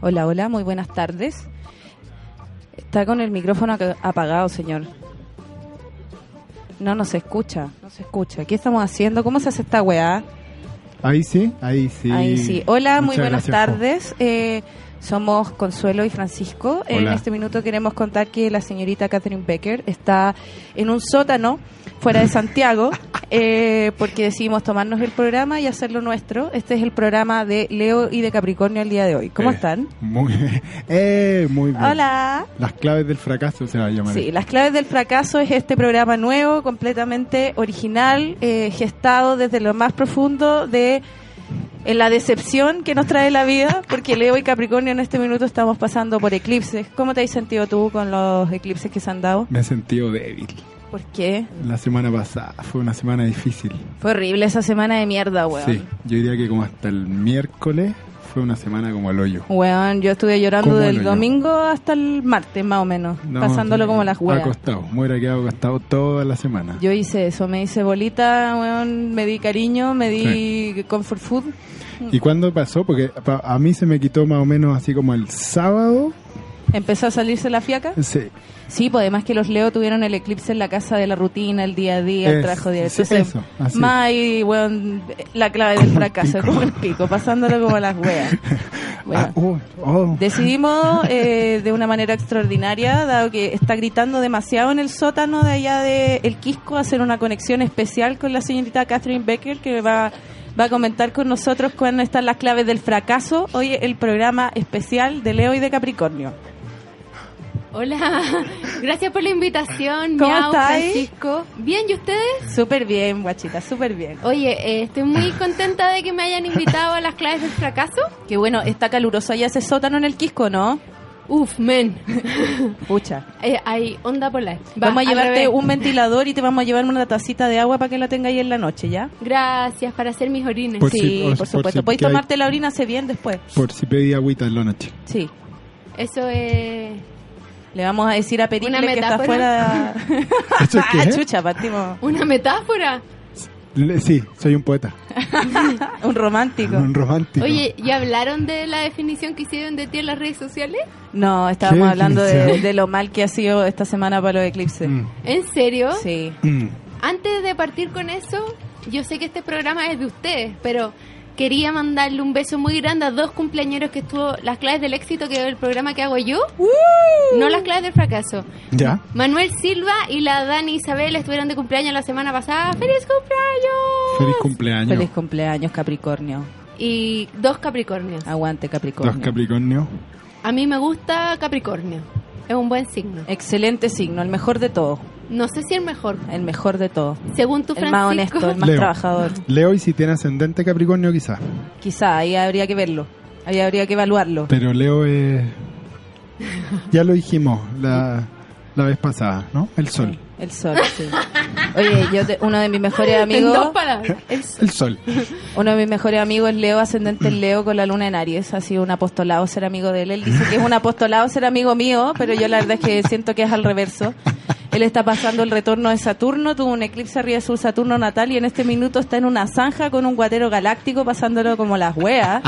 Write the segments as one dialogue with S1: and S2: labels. S1: Hola, hola, muy buenas tardes. Está con el micrófono apagado, señor. No nos escucha, no se escucha. ¿Qué estamos haciendo? ¿Cómo se hace esta weá?
S2: Ahí sí, ahí sí.
S1: Ahí sí. Hola, muy
S2: Muchas
S1: buenas
S2: gracias, Jo.
S1: tardes. Eh, somos Consuelo y Francisco. En
S2: Hola.
S1: este minuto queremos contar que la señorita Catherine Becker está en un sótano fuera de Santiago eh, porque decidimos tomarnos el programa y hacerlo nuestro. Este es el programa de Leo y de Capricornio el día de hoy. ¿Cómo
S2: Eh,
S1: están?
S2: Muy, eh, muy bien.
S1: Hola.
S2: Las claves del fracaso se va a llamar.
S1: Sí, Las Claves del Fracaso es este programa nuevo, completamente original, eh, gestado desde lo más profundo de en la decepción que nos trae la vida, porque Leo y Capricornio en este minuto estamos pasando por eclipses. ¿Cómo te has sentido tú con los eclipses que se han dado?
S2: Me he sentido débil.
S1: ¿Por qué?
S2: La semana pasada fue una semana difícil.
S1: Fue horrible esa semana de mierda, Oh, weón.
S2: Sí, yo diría que como hasta el miércoles fue una semana como al
S1: Uh,
S2: hoyo.
S1: Weón, yo estuve llorando
S2: ¿Cómo
S1: del
S2: no yo?
S1: domingo hasta el martes, más o menos,
S2: No,
S1: pasándolo
S2: sí,
S1: como las huevas.
S2: Acostado, me hubiera quedado acostado toda la semana.
S1: Yo hice eso, me hice bolita, weón, me di cariño, me di comfort food.
S2: ¿Y cuándo pasó? Porque pa- a mí se me quitó más o menos así como el sábado.
S1: ¿Empezó a salirse la fiaca?
S2: Sí,
S1: Sí, pues además que los Leo tuvieron el eclipse en la casa de la rutina, el día a día, el
S2: Es-
S1: trabajo diario.
S2: sí,
S1: Entonces,
S2: eso, así.
S1: más y, weón, la clave del
S2: Como el
S1: fracaso,
S2: pico.
S1: como el pico, pasándolo como las weas.
S2: Ah,
S1: Bueno,
S2: oh, oh.
S1: Decidimos eh, de una manera extraordinaria, dado que está gritando demasiado en el sótano de allá de El Quisco, hacer una conexión especial con la señorita Catherine Becker, que va, va a comentar con nosotros cuándo están las claves del fracaso. Hoy el programa especial de Leo y de Capricornio.
S3: Hola, gracias por la invitación.
S1: ¿Cómo
S3: Miau,
S1: estáis?
S3: Francisco. Bien, ¿y ustedes?
S1: Súper bien, guachita, súper bien.
S3: Oye, eh, estoy muy contenta de que me hayan invitado a las claves del fracaso.
S1: Que bueno, está caluroso allá ese sótano en el Quisco, ¿no?
S3: Uf, men.
S1: Pucha.
S3: Eh, hay onda polar. Va,
S1: vamos a
S3: al
S1: llevarte
S3: revés.
S1: un ventilador y te vamos a llevar una tacita de agua para que la tengáis en la noche, ¿ya?
S3: Gracias para hacer mis orines.
S2: Por
S1: sí,
S2: si-
S1: por
S2: por si-
S1: supuesto.
S2: por si-
S1: Podéis
S2: que hay-
S1: tomarte la orina, hace bien después.
S2: Por si pedí agüita en la noche.
S1: Sí.
S3: Eso es
S1: Le vamos a decir a Pericles
S3: ¿Una
S1: que está
S3: metáfora?
S1: fuera.
S2: ¿Eso qué
S1: ah,
S2: es?
S1: chucha, partimos.
S3: una metáfora.
S2: Le- Sí, soy un poeta.
S1: Un romántico.
S2: Un romántico.
S3: Oye, ¿y hablaron de la definición que hicieron de ti en las redes sociales?
S1: No, estábamos
S2: Qué
S1: hablando de,
S2: delicia.
S1: de lo mal que ha sido esta semana para los eclipses.
S2: Mm,
S3: ¿En serio?
S1: Sí.
S2: mm.
S3: Antes de partir con eso, yo sé que este programa es de ustedes, pero quería mandarle un beso muy grande a dos cumpleañeros que estuvo las claves del éxito, que es el programa que hago yo, no las claves del fracaso.
S2: ¿Ya?
S3: Manuel Silva y la Dani Isabel estuvieron de cumpleaños la semana pasada. ¡Feliz cumpleaños!
S2: Feliz cumpleaños.
S1: Feliz cumpleaños, Capricornio.
S3: Y dos Capricornios.
S1: Aguante, Capricornio.
S2: Los Capricornio.
S3: A mí me gusta Capricornio. Es un buen signo.
S1: Eh. Excelente signo, el mejor de todos.
S3: No sé si el mejor.
S1: El mejor de todos.
S3: Según tu
S1: El más
S3: Francisco.
S1: honesto, el más
S2: Leo.
S1: trabajador.
S2: Leo y si tiene ascendente Capricornio quizás.
S1: Quizá, ahí habría que verlo. Ahí habría que evaluarlo.
S2: Pero Leo es... Ya lo dijimos la, la vez pasada, ¿no? El sol.
S1: El sol, sí. Oye, yo te- uno de mis mejores
S3: En dos
S1: amigos,
S3: palabras.
S2: El sol.
S1: uno de mis mejores amigos es Leo, ascendente en Leo con la luna en Aries. Ha sido un apostolado ser amigo de él. Él dice que es un apostolado ser amigo mío, pero yo la verdad es que siento que es al reverso. Él está pasando el retorno de Saturno, tuvo un eclipse arriba de su Saturno natal y en este minuto está en una zanja con un guatero galáctico pasándolo como las weas.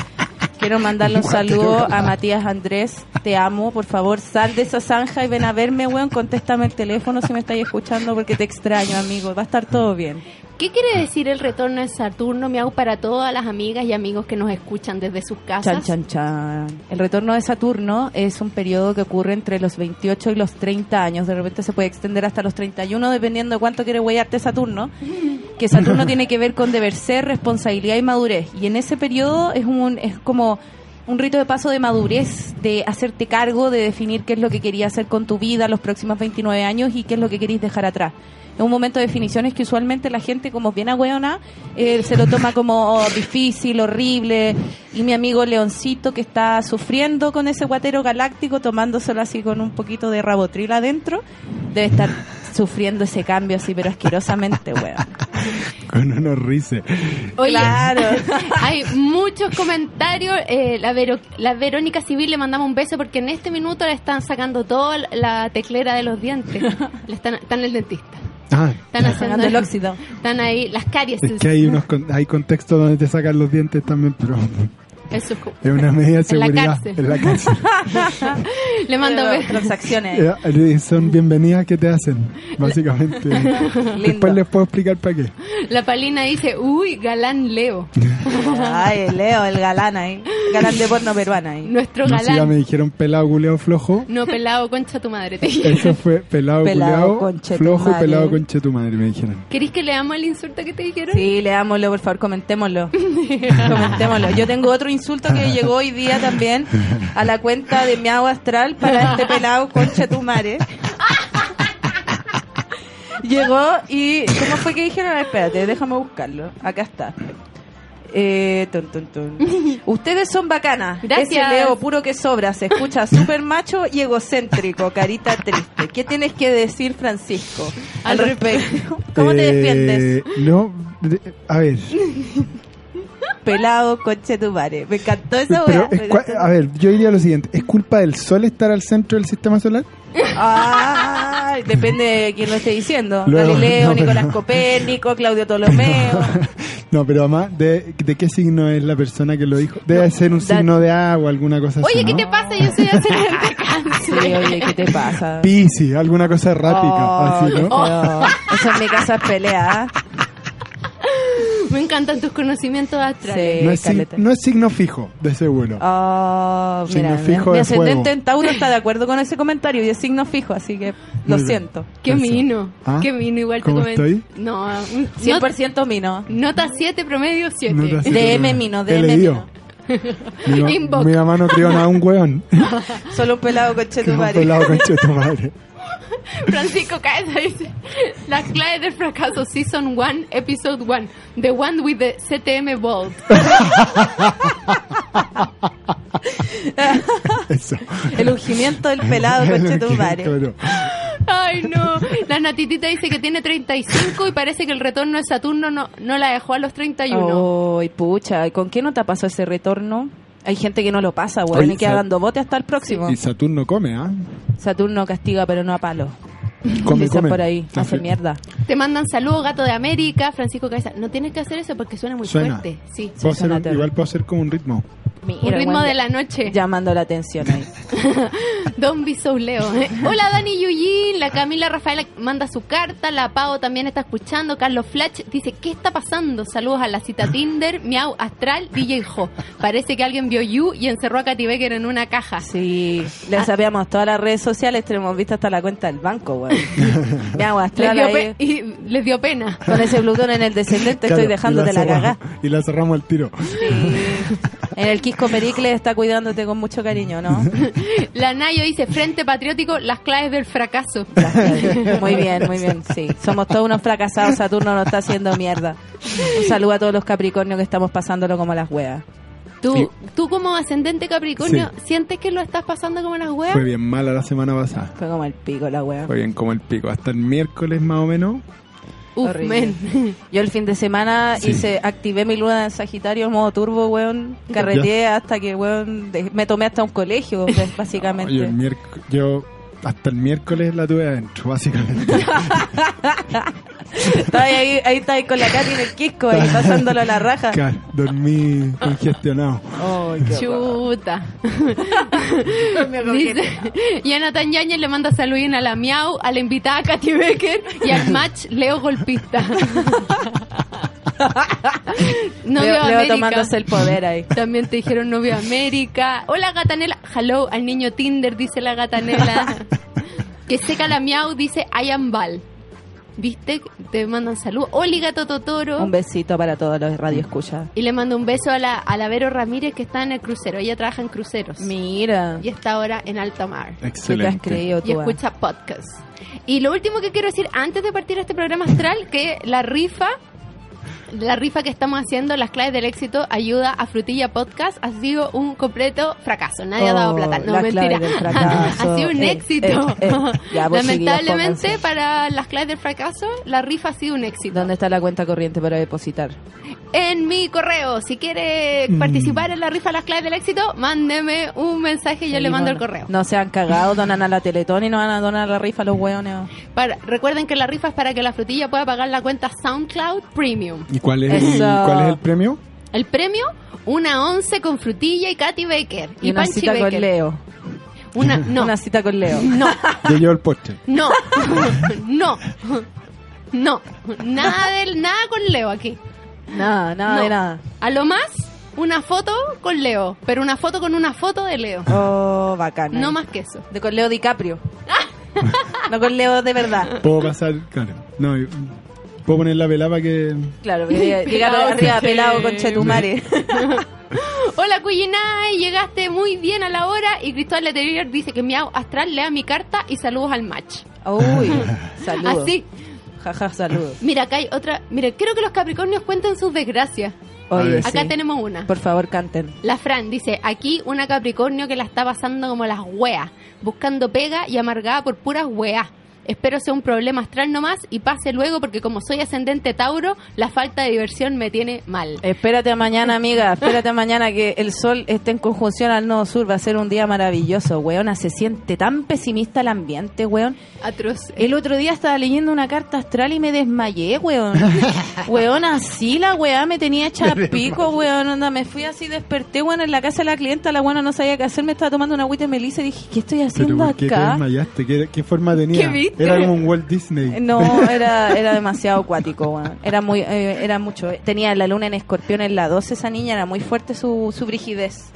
S1: Quiero mandarle un saludo a Matías Andrés, te amo, por favor, sal de esa zanja y ven a verme, weón, contéstame el teléfono si me estáis escuchando porque te extraño, amigo, va a estar todo bien.
S3: ¿Qué quiere decir el retorno de Saturno, miau, para todas las amigas y amigos que nos escuchan desde sus casas?
S1: Chan, chan, chan. El retorno de Saturno es un periodo que ocurre entre los 28 y los 30 años. De repente se puede extender hasta los 31, dependiendo de cuánto quiere huellarte Saturno. Que Saturno tiene que ver con deber ser, responsabilidad y madurez. Y en ese periodo es, un, es como un rito de paso de madurez, de hacerte cargo, de definir qué es lo que querías hacer con tu vida los próximos 29 años y qué es lo que queréis dejar atrás. Es un momento de definiciones que usualmente la gente, como es bien agüeona, eh, se lo toma como oh, difícil, horrible. Y mi amigo Leoncito, que está sufriendo con ese guatero galáctico, tomándoselo así con un poquito de rabotril adentro, debe estar sufriendo ese cambio así, pero asquerosamente, weón.
S2: Con unos rices.
S3: Oye, hay muchos comentarios. Eh, la, Vero- la Verónica Civil le mandamos un beso porque en este minuto le están sacando toda la teclera de los dientes. Le están, están en el dentista.
S2: Ah,
S3: Están haciendo
S1: Sacando el óxido.
S3: Están ahí las caries.
S2: es que hay unos con- hay contextos donde te sacan los dientes también, pero
S3: en sus cu-
S2: es una medida de
S3: En la
S2: seguridad
S3: cárcel.
S2: en la cárcel.
S3: Le mando
S1: Pero
S3: besos.
S1: transacciones.
S2: Eh, Son bienvenidas que te hacen, básicamente. Después les puedo explicar para qué.
S3: La Palina dice, uy, galán Leo.
S1: Ay, Leo, el galán ahí. Galán de porno peruana ahí.
S3: Nuestro
S2: No, si ya me
S3: galán.
S2: dijeron pelado, guleo, flojo.
S3: No, pelado, concha tu madre. te dije.
S2: Eso fue pelado,
S1: Pelado,
S2: guleo,
S1: conche tu
S2: flojo,
S1: madre.
S2: pelado, conche tu madre, me dijeron.
S3: ¿Querís que leamos el insulto que te dijeron?
S1: Sí, leámoslo, por favor, comentémoslo. comentémoslo. Yo tengo otro insulto que llegó hoy día también a la cuenta de mi agua astral para este pelado concha tu mare. Llegó y. ¿Cómo fue que dijeron? Espérate, déjame buscarlo. Acá está. Eh, tun, tun, tun. Ustedes son bacanas.
S3: Gracias.
S1: Ese Leo puro que sobra. Se escucha súper macho y egocéntrico. Carita triste. ¿Qué tienes que decir, Francisco? Al respecto. ¿Cómo te
S2: Eh,
S1: defiendes?
S2: No, de- a ver,
S1: pelado coche tu madre. Me encantó esa
S2: pero
S1: weá.
S2: es cua- a ver, yo diría lo siguiente, ¿es culpa del sol estar al centro del sistema solar?
S1: Ay, depende de quién lo esté diciendo.
S2: Luego,
S1: Galileo,
S2: no, pero-
S1: Nicolás Copérnico, Claudio Ptolomeo.
S2: No, pero además, ¿de, de qué signo es la persona que lo dijo? Debe ser un signo de agua, alguna cosa así,
S3: Oye, ¿qué
S2: ¿no?
S3: te pasa? Yo soy ascendente cáncer.
S1: Sí, oye, ¿qué te pasa?
S2: Piscis, alguna cosa errática,
S1: Oh,
S2: así,
S1: qué
S2: ¿no?
S1: feo. Eso en mi casa es pelea. ¿ah?
S3: Me encantan tus conocimientos astrales.
S1: Sí,
S2: No es, sig-
S1: eh, caleta.
S2: no es signo fijo, de seguro.
S1: Oh,
S2: Signo
S1: mira,
S2: fijo
S1: mi
S2: de
S1: ascendente
S2: fuego.
S1: en Tauro está de acuerdo con ese comentario y es signo fijo, así que lo
S2: Muy bien.
S1: siento.
S3: Qué
S2: Eso.
S3: mino.
S2: ¿Ah?
S3: Qué mino, igual
S2: ¿Cómo
S3: te comento.
S2: estoy?
S3: No, un-
S1: 100% mino.
S3: nota 7, promedio 7.
S1: eh,
S2: Nota siete,
S1: DM
S2: nueve.
S1: mino,
S2: He
S1: DM
S2: leído.
S1: mino.
S2: Mi, ma-
S3: Inbox.
S2: mi mamá no crió nada a un hueón.
S1: Solo un pelado coche
S2: que
S1: tu
S2: es un
S1: madre.
S2: pelado conche tu madre.
S3: Francisco Caesa dice: Las claves del fracaso, Season 1, Episode 1. The one with the CTM Vault.
S2: Eso.
S1: El ungimiento del pelado coche tu madre.
S2: Claro.
S3: Ay, no. La Natitita dice que tiene 35 y parece que el retorno de Saturno no, no la dejó a los
S2: Oh.
S3: 31.
S1: Ay, pucha, ¿y ¿con qué no te pasó ese retorno? Hay gente que no lo pasa, weón,
S2: Oye,
S1: y queda
S2: Sat-
S1: dando bote hasta el próximo.
S2: Y Saturno come, ¿ah?
S1: Saturno castiga, pero no a palo.
S2: Come,
S1: Dicen
S2: come.
S1: por ahí,
S2: Ah,
S1: hace
S2: sí.
S1: mierda.
S3: Te mandan saludos, gato de América. Francisco Caesa, no tienes que hacer eso porque suena muy
S2: Suena.
S3: fuerte. Sí.
S2: Puedo hacer
S1: suena
S2: un-
S1: terrible.
S2: igual puedo hacer como un ritmo.
S3: Un
S1: Mira,
S3: ritmo
S1: weón,
S3: de la noche.
S1: Llamando la atención ahí.
S3: Don Bisouleo. Hola Dani Yuyin, la Camila Rafaela manda su carta, la Pau también está escuchando, Carlos Flash dice, ¿qué está pasando? Saludos a la cita Tinder, Miau Astral, DJ Jo. Parece que alguien vio You y encerró a Katy Becker en una caja.
S1: Sí, le sabíamos todas las redes sociales, tenemos vista hasta la cuenta del banco, weón. Me hago
S3: Les
S1: astral
S3: dio,
S1: ahí.
S3: pe- y les dio pena.
S1: Con ese Plutón en el descendente
S2: Claro,
S1: estoy dejándote
S2: y
S1: la
S2: cerramos-
S1: cagá.
S2: Y la cerramos al tiro.
S1: En el Quisco Pericles está cuidándote con mucho cariño, ¿no?
S3: La Nayo dice, Frente Patriótico, las claves del fracaso.
S1: Muy bien, muy bien, sí. Somos todos unos fracasados, Saturno nos está haciendo mierda. Un saludo a todos los Capricornios que estamos pasándolo como las huevas.
S2: Sí.
S3: Tú, tú como ascendente Capricornio, ¿sientes que lo estás pasando como unas
S2: Fue
S3: huevas?
S2: bien mala la semana pasada.
S1: Fue como el pico la hueva.
S2: Fue bien como el pico. Hasta el miércoles más o menos.
S3: Uf,
S1: Horrible.
S3: men.
S1: Yo el fin de semana
S2: Sí.
S1: hice, activé mi luna en Sagitario en modo turbo, weón. Carreteé hasta que, weón, de- me tomé hasta un colegio, pues,
S2: Oye, el
S1: básicamente.
S2: miérc- yo Hasta el miércoles la tuve adentro, básicamente.
S1: Estaba ahí, ahí está ahí con la Katy en el Quisco, ahí pasándolo a la raja.
S2: Claro, Dormí congestionado.
S1: Ay, qué horror.
S3: Chuta. Dice, Jonathan Yañez le manda saludos a la Miau, a la invitada Katy Becker y al match Leo Golpista. no veo
S1: Leo, Leo
S3: América.
S1: tomándose el poder ahí.
S3: También te dijeron no veo América. Hola gatanela. Hello al niño Tinder, dice la gatanela. que seca la miau, dice I am Val. ¿Viste? Te mandan salud. Oli gato Totoro.
S1: Un besito para todos los radioescuchas.
S3: Y le mando un beso a la, a la Vero Ramírez que está en el crucero. Ella trabaja en cruceros.
S1: Mira,
S3: Y está ahora en alta mar.
S1: ¿qué te has
S2: Excelente.
S1: creído
S3: Y
S1: tú? ah?
S3: escucha podcast. Y lo último que quiero decir antes de partir a este programa astral, que la rifa, la rifa que estamos haciendo, las claves del éxito, ayuda a Frutilla Podcast, ha sido un completo fracaso. Nadie ha dado
S1: Oh,
S3: plata. No,
S1: la clave
S3: mentira.
S1: del fracaso.
S3: ha sido un
S1: Eh,
S3: éxito.
S1: eh, eh. Ya, vos
S3: Lamentablemente,
S1: seguí, pónganse.
S3: para las claves del fracaso, la rifa ha sido un éxito.
S1: ¿Dónde está la cuenta corriente para depositar?
S3: en mi correo. Si quiere
S2: Mm.
S3: participar en la rifa Las Claves del Éxito, mándeme un mensaje y yo le
S1: Sí,
S3: mando el
S1: bueno.
S3: correo.
S1: No se han cagado, donan a la Teletón y no van a donar la rifa a los hueones.
S3: Para- recuerden que la rifa es para que la frutilla pueda pagar la cuenta SoundCloud Premium.
S2: ¿Y cuál es, el,
S1: Eso.
S2: cuál es el premio?
S3: El premio, una once con frutilla y Katy Baker.
S1: Y,
S3: Y,
S1: una
S3: Panchi
S1: cita
S3: Baker.
S1: con Leo.
S3: Una, no,
S1: Una cita con Leo.
S3: no,
S2: Yo llevo el póster.
S3: no, no, no. Nada, del- nada con Leo aquí.
S1: Nada, nada
S3: No.
S1: de nada.
S3: A lo más, una foto con Leo, pero una foto con una foto de Leo.
S1: Oh, bacana.
S3: No más que eso.
S1: De con Leo DiCaprio. no con Leo de verdad.
S2: Puedo pasar, claro. No, y- puedo poner la velada que.
S1: Claro, llega llega para arriba pelado con Chetumare.
S3: Hola Cuyinay, llegaste muy bien a la hora y Cristóbal Letelier dice que mi astral lea mi carta y saludos al match.
S1: Uy, saludos.
S3: Así,
S1: Jaja, saludos.
S3: mira, acá hay otra, mira, quiero que los Capricornios cuenten sus desgracias.
S1: Oye,
S2: ver.
S3: Acá
S1: Eh, sí.
S3: tenemos una.
S1: Por favor, canten.
S3: La Fran dice, aquí una Capricornio que la está pasando como las weas, buscando pega y amargada por puras weas. Espero sea un problema astral nomás y pase luego porque como soy ascendente Tauro, la falta de diversión me tiene mal.
S1: Espérate a mañana, amiga. Espérate a mañana que el sol esté en conjunción al nodo sur. Va a ser un día maravilloso, weón. Se siente tan pesimista el ambiente, weón.
S3: Atroz.
S1: El otro día estaba leyendo una carta astral y me desmayé, weón. weón, así la weá me tenía hecha pico, weón. Onda, me fui así, desperté, weón, en la casa de la clienta. La weona no sabía qué hacer, me estaba tomando una agüita y melisa y dije, ¿qué estoy
S2: Pero
S1: haciendo
S2: ¿por qué te
S1: acá?
S2: desmayaste? ¿Qué, qué forma tenía?
S3: ¿Qué viste?
S2: Era como un Walt Disney.
S1: No, era, era demasiado acuático, weón. Era muy, eh, era mucho. Tenía la luna en escorpión en la 12 esa niña, era muy fuerte su, su rigidez.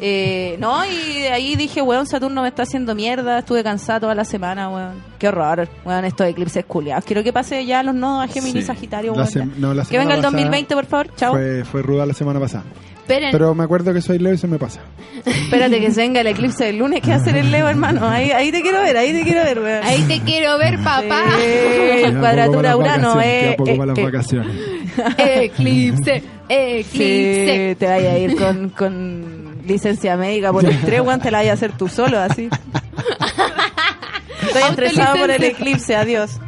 S1: Eh, no, y ahí dije, weón, Saturno me está haciendo mierda, estuve cansada toda la semana, weón. Qué horror, weón, estos eclipses culiados. Quiero que pase ya los nodos a Géminis y
S2: Sí.
S1: Sagitario,
S2: La
S1: weón.
S2: sem- no, la
S1: que venga el
S2: semana pasada
S1: 2020, por favor, chao.
S2: Fue, fue ruda la semana pasada.
S3: Esperen,
S2: Pero me acuerdo que soy Leo y se me pasa.
S1: Espérate que se venga el eclipse del lunes, ¿qué va a hacer el Leo, hermano? Ahí, ahí te quiero ver, ahí te quiero ver, weón.
S3: ahí te quiero ver papá.
S1: Sí,
S2: Queda poco para
S1: cuadratura
S2: las
S1: Urano,
S2: vacaciones,
S1: eh.
S2: queda poco
S1: eh,
S2: para las
S1: eh.
S2: vacaciones.
S3: Eclipse,
S1: Sí,
S3: eclipse.
S1: te vaya a ir con, con licencia médica por el tres, weón, te la vaya a hacer tú solo, así. Estoy estresado por el eclipse, adiós.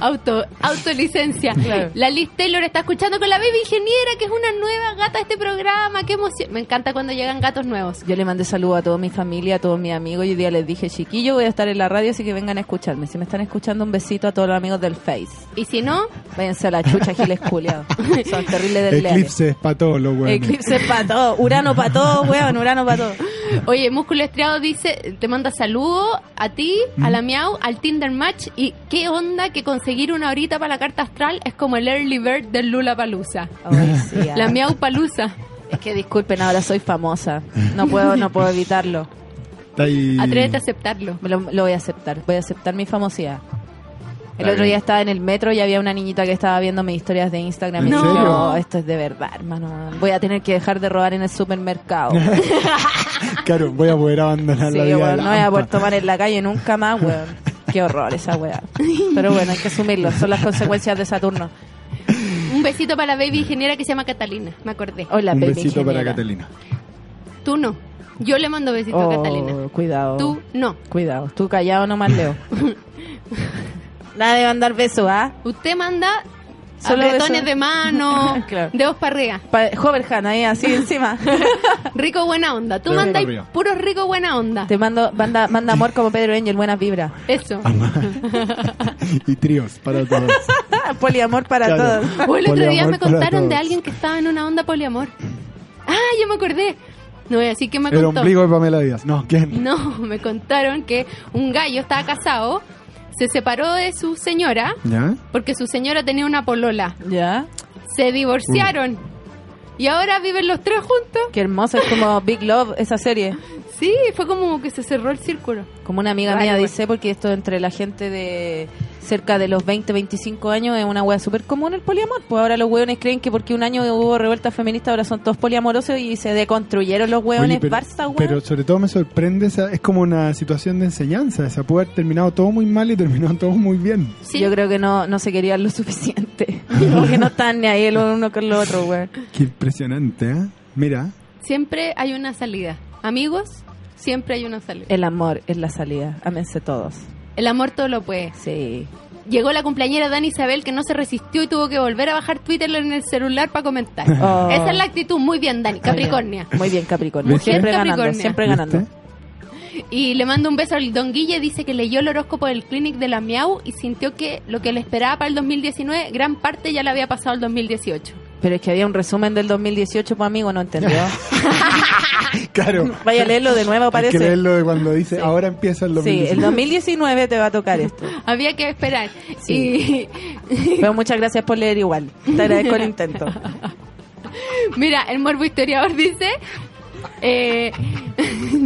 S3: Auto, autolicencia. La Liz Taylor está escuchando con la baby ingeniera, que es una nueva gata de este programa. Qué emoción. Me encanta cuando llegan gatos nuevos.
S1: Yo le mandé saludos a toda mi familia, a todos mis amigos, y hoy día les dije, chiquillo, voy a estar en la radio, así que vengan a escucharme. Si me están escuchando, un besito a todos los amigos del Face.
S3: Y si no,
S1: Váyanse a la chucha, giles culiados. Son terribles desleales.
S2: Eclipse es para todos los weones.
S1: Eclipse para todo, Urano para todo, weón, Urano para todo.
S3: oye, Músculo Estriado dice, te manda saludos a ti, a la Miau, al Tinder Match. Y qué onda que conseguir una horita para la carta astral es como el early bird del Lula Palusa.
S1: Ay, sí, ah.
S3: La Miau Palusa.
S1: Es que disculpen, ahora soy famosa. No puedo, no puedo evitarlo.
S2: Está ahí-
S3: Atrévete a aceptarlo.
S1: Me Lo, lo voy a aceptar, voy a aceptar mi famosidad. El
S2: Está
S1: otro
S2: bien.
S1: día estaba en el metro y había una niñita que estaba viendo mis historias de Instagram y
S2: ¿En
S1: dije,
S2: serio?
S1: "Oh, esto es de verdad, hermano. Voy a tener que dejar de robar en el supermercado.
S2: Claro, voy a poder abandonar
S1: Sí,
S2: la vida.
S1: weón,
S2: de
S1: no voy a poder
S2: Lampa.
S1: tomar en la calle nunca más, weón. Qué horror esa weá. Pero bueno, hay que asumirlo, son las consecuencias de Saturno.
S3: Un besito para la baby ingeniera que se llama Catalina. Me acordé.
S1: Hola,
S2: Un
S1: baby
S2: besito para
S1: ingeniera.
S2: Catalina.
S3: Tú no. Yo le mando besito
S1: Oh,
S3: a Catalina.
S1: Cuidado.
S3: Tú no.
S1: Cuidado, tú callado nomás leo. Nada de mandar besos, ¿ah?
S3: Usted manda
S1: Solo
S3: Apretones
S1: beso-
S3: de mano,
S1: Claro.
S3: dedos para arriba.
S1: Pa- Joven Han, ahí así encima.
S3: Rico buena onda. Tú
S2: Dedos pa'
S3: mandáis
S2: arriba.
S3: puros rico buena onda.
S1: Te mando, manda, manda amor como Pedro Angel, buenas vibras.
S3: Eso.
S2: Ah, y tríos para todos.
S1: Poliamor para
S2: Claro.
S1: todos.
S3: O el otro día
S2: Poliamor
S3: me
S2: para
S3: contaron de
S2: todos.
S3: alguien que estaba en una onda poliamor. Ah, yo me acordé. No voy a decir que me
S2: El
S3: contó.
S2: ombligo de Pamela Díaz. No, ¿quién?
S3: No, me contaron que un gallo estaba casado, se separó de su señora
S2: ¿Ya?
S3: porque su señora tenía una polola.
S1: Ya.
S3: Se divorciaron.
S2: Uh.
S3: Y ahora viven los tres juntos.
S1: Qué hermoso, es como Big Love esa serie.
S3: Sí, fue como que se cerró el círculo.
S1: Como una amiga
S3: Vale,
S1: mía
S3: bueno.
S1: dice, porque esto entre la gente de cerca de los 20, 25 años es una wea súper común el poliamor. Pues ahora los hueones creen que porque un año hubo revuelta feminista ahora son todos poliamorosos y se deconstruyeron los hueones
S2: Oye, pero,
S1: Barça, hueón.
S2: pero sobre todo me sorprende, esa, es como una situación de enseñanza, esa puede haber terminado todo muy mal y terminó todo muy bien.
S3: Sí.
S1: Yo creo que no, no se querían lo suficiente. porque no están ni ahí el uno con el otro, hueón.
S2: Qué impresionante, ¿eh? Mira,
S3: Siempre hay una salida. Amigos, siempre hay una salida.
S1: El amor es la salida. Ámense todos.
S3: El amor todo lo puede.
S1: Sí.
S3: Llegó la compañera Dani Isabel que no se resistió y tuvo que volver a bajar Twitter en el celular para comentar.
S1: Oh.
S3: Esa es la actitud. Muy bien, Dani. Capricornia.
S1: Muy bien, Capricornio.
S2: ¿Viste?
S1: Siempre ganando,
S3: Capricornio.
S1: siempre ganando.
S2: ¿viste?
S3: Y le mando un beso al Don Guille. Dice que leyó el horóscopo del Clinic de la Miau y sintió que lo que le esperaba para el 2019, gran parte ya le había pasado el 2018.
S1: Pero es que había un resumen del 2018, pues amigo, no entendió.
S2: Claro,
S1: Vaya a leerlo de nuevo,
S2: hay
S1: parece.
S2: que leerlo de cuando dice, ahora empieza el
S1: Sí,
S2: 2019.
S1: el 2019 te va a tocar esto.
S3: Había que esperar.
S1: Sí.
S3: Y
S1: Pero muchas gracias por leer igual. Te agradezco el intento.
S3: Mira, el morbo historiador dice. eh,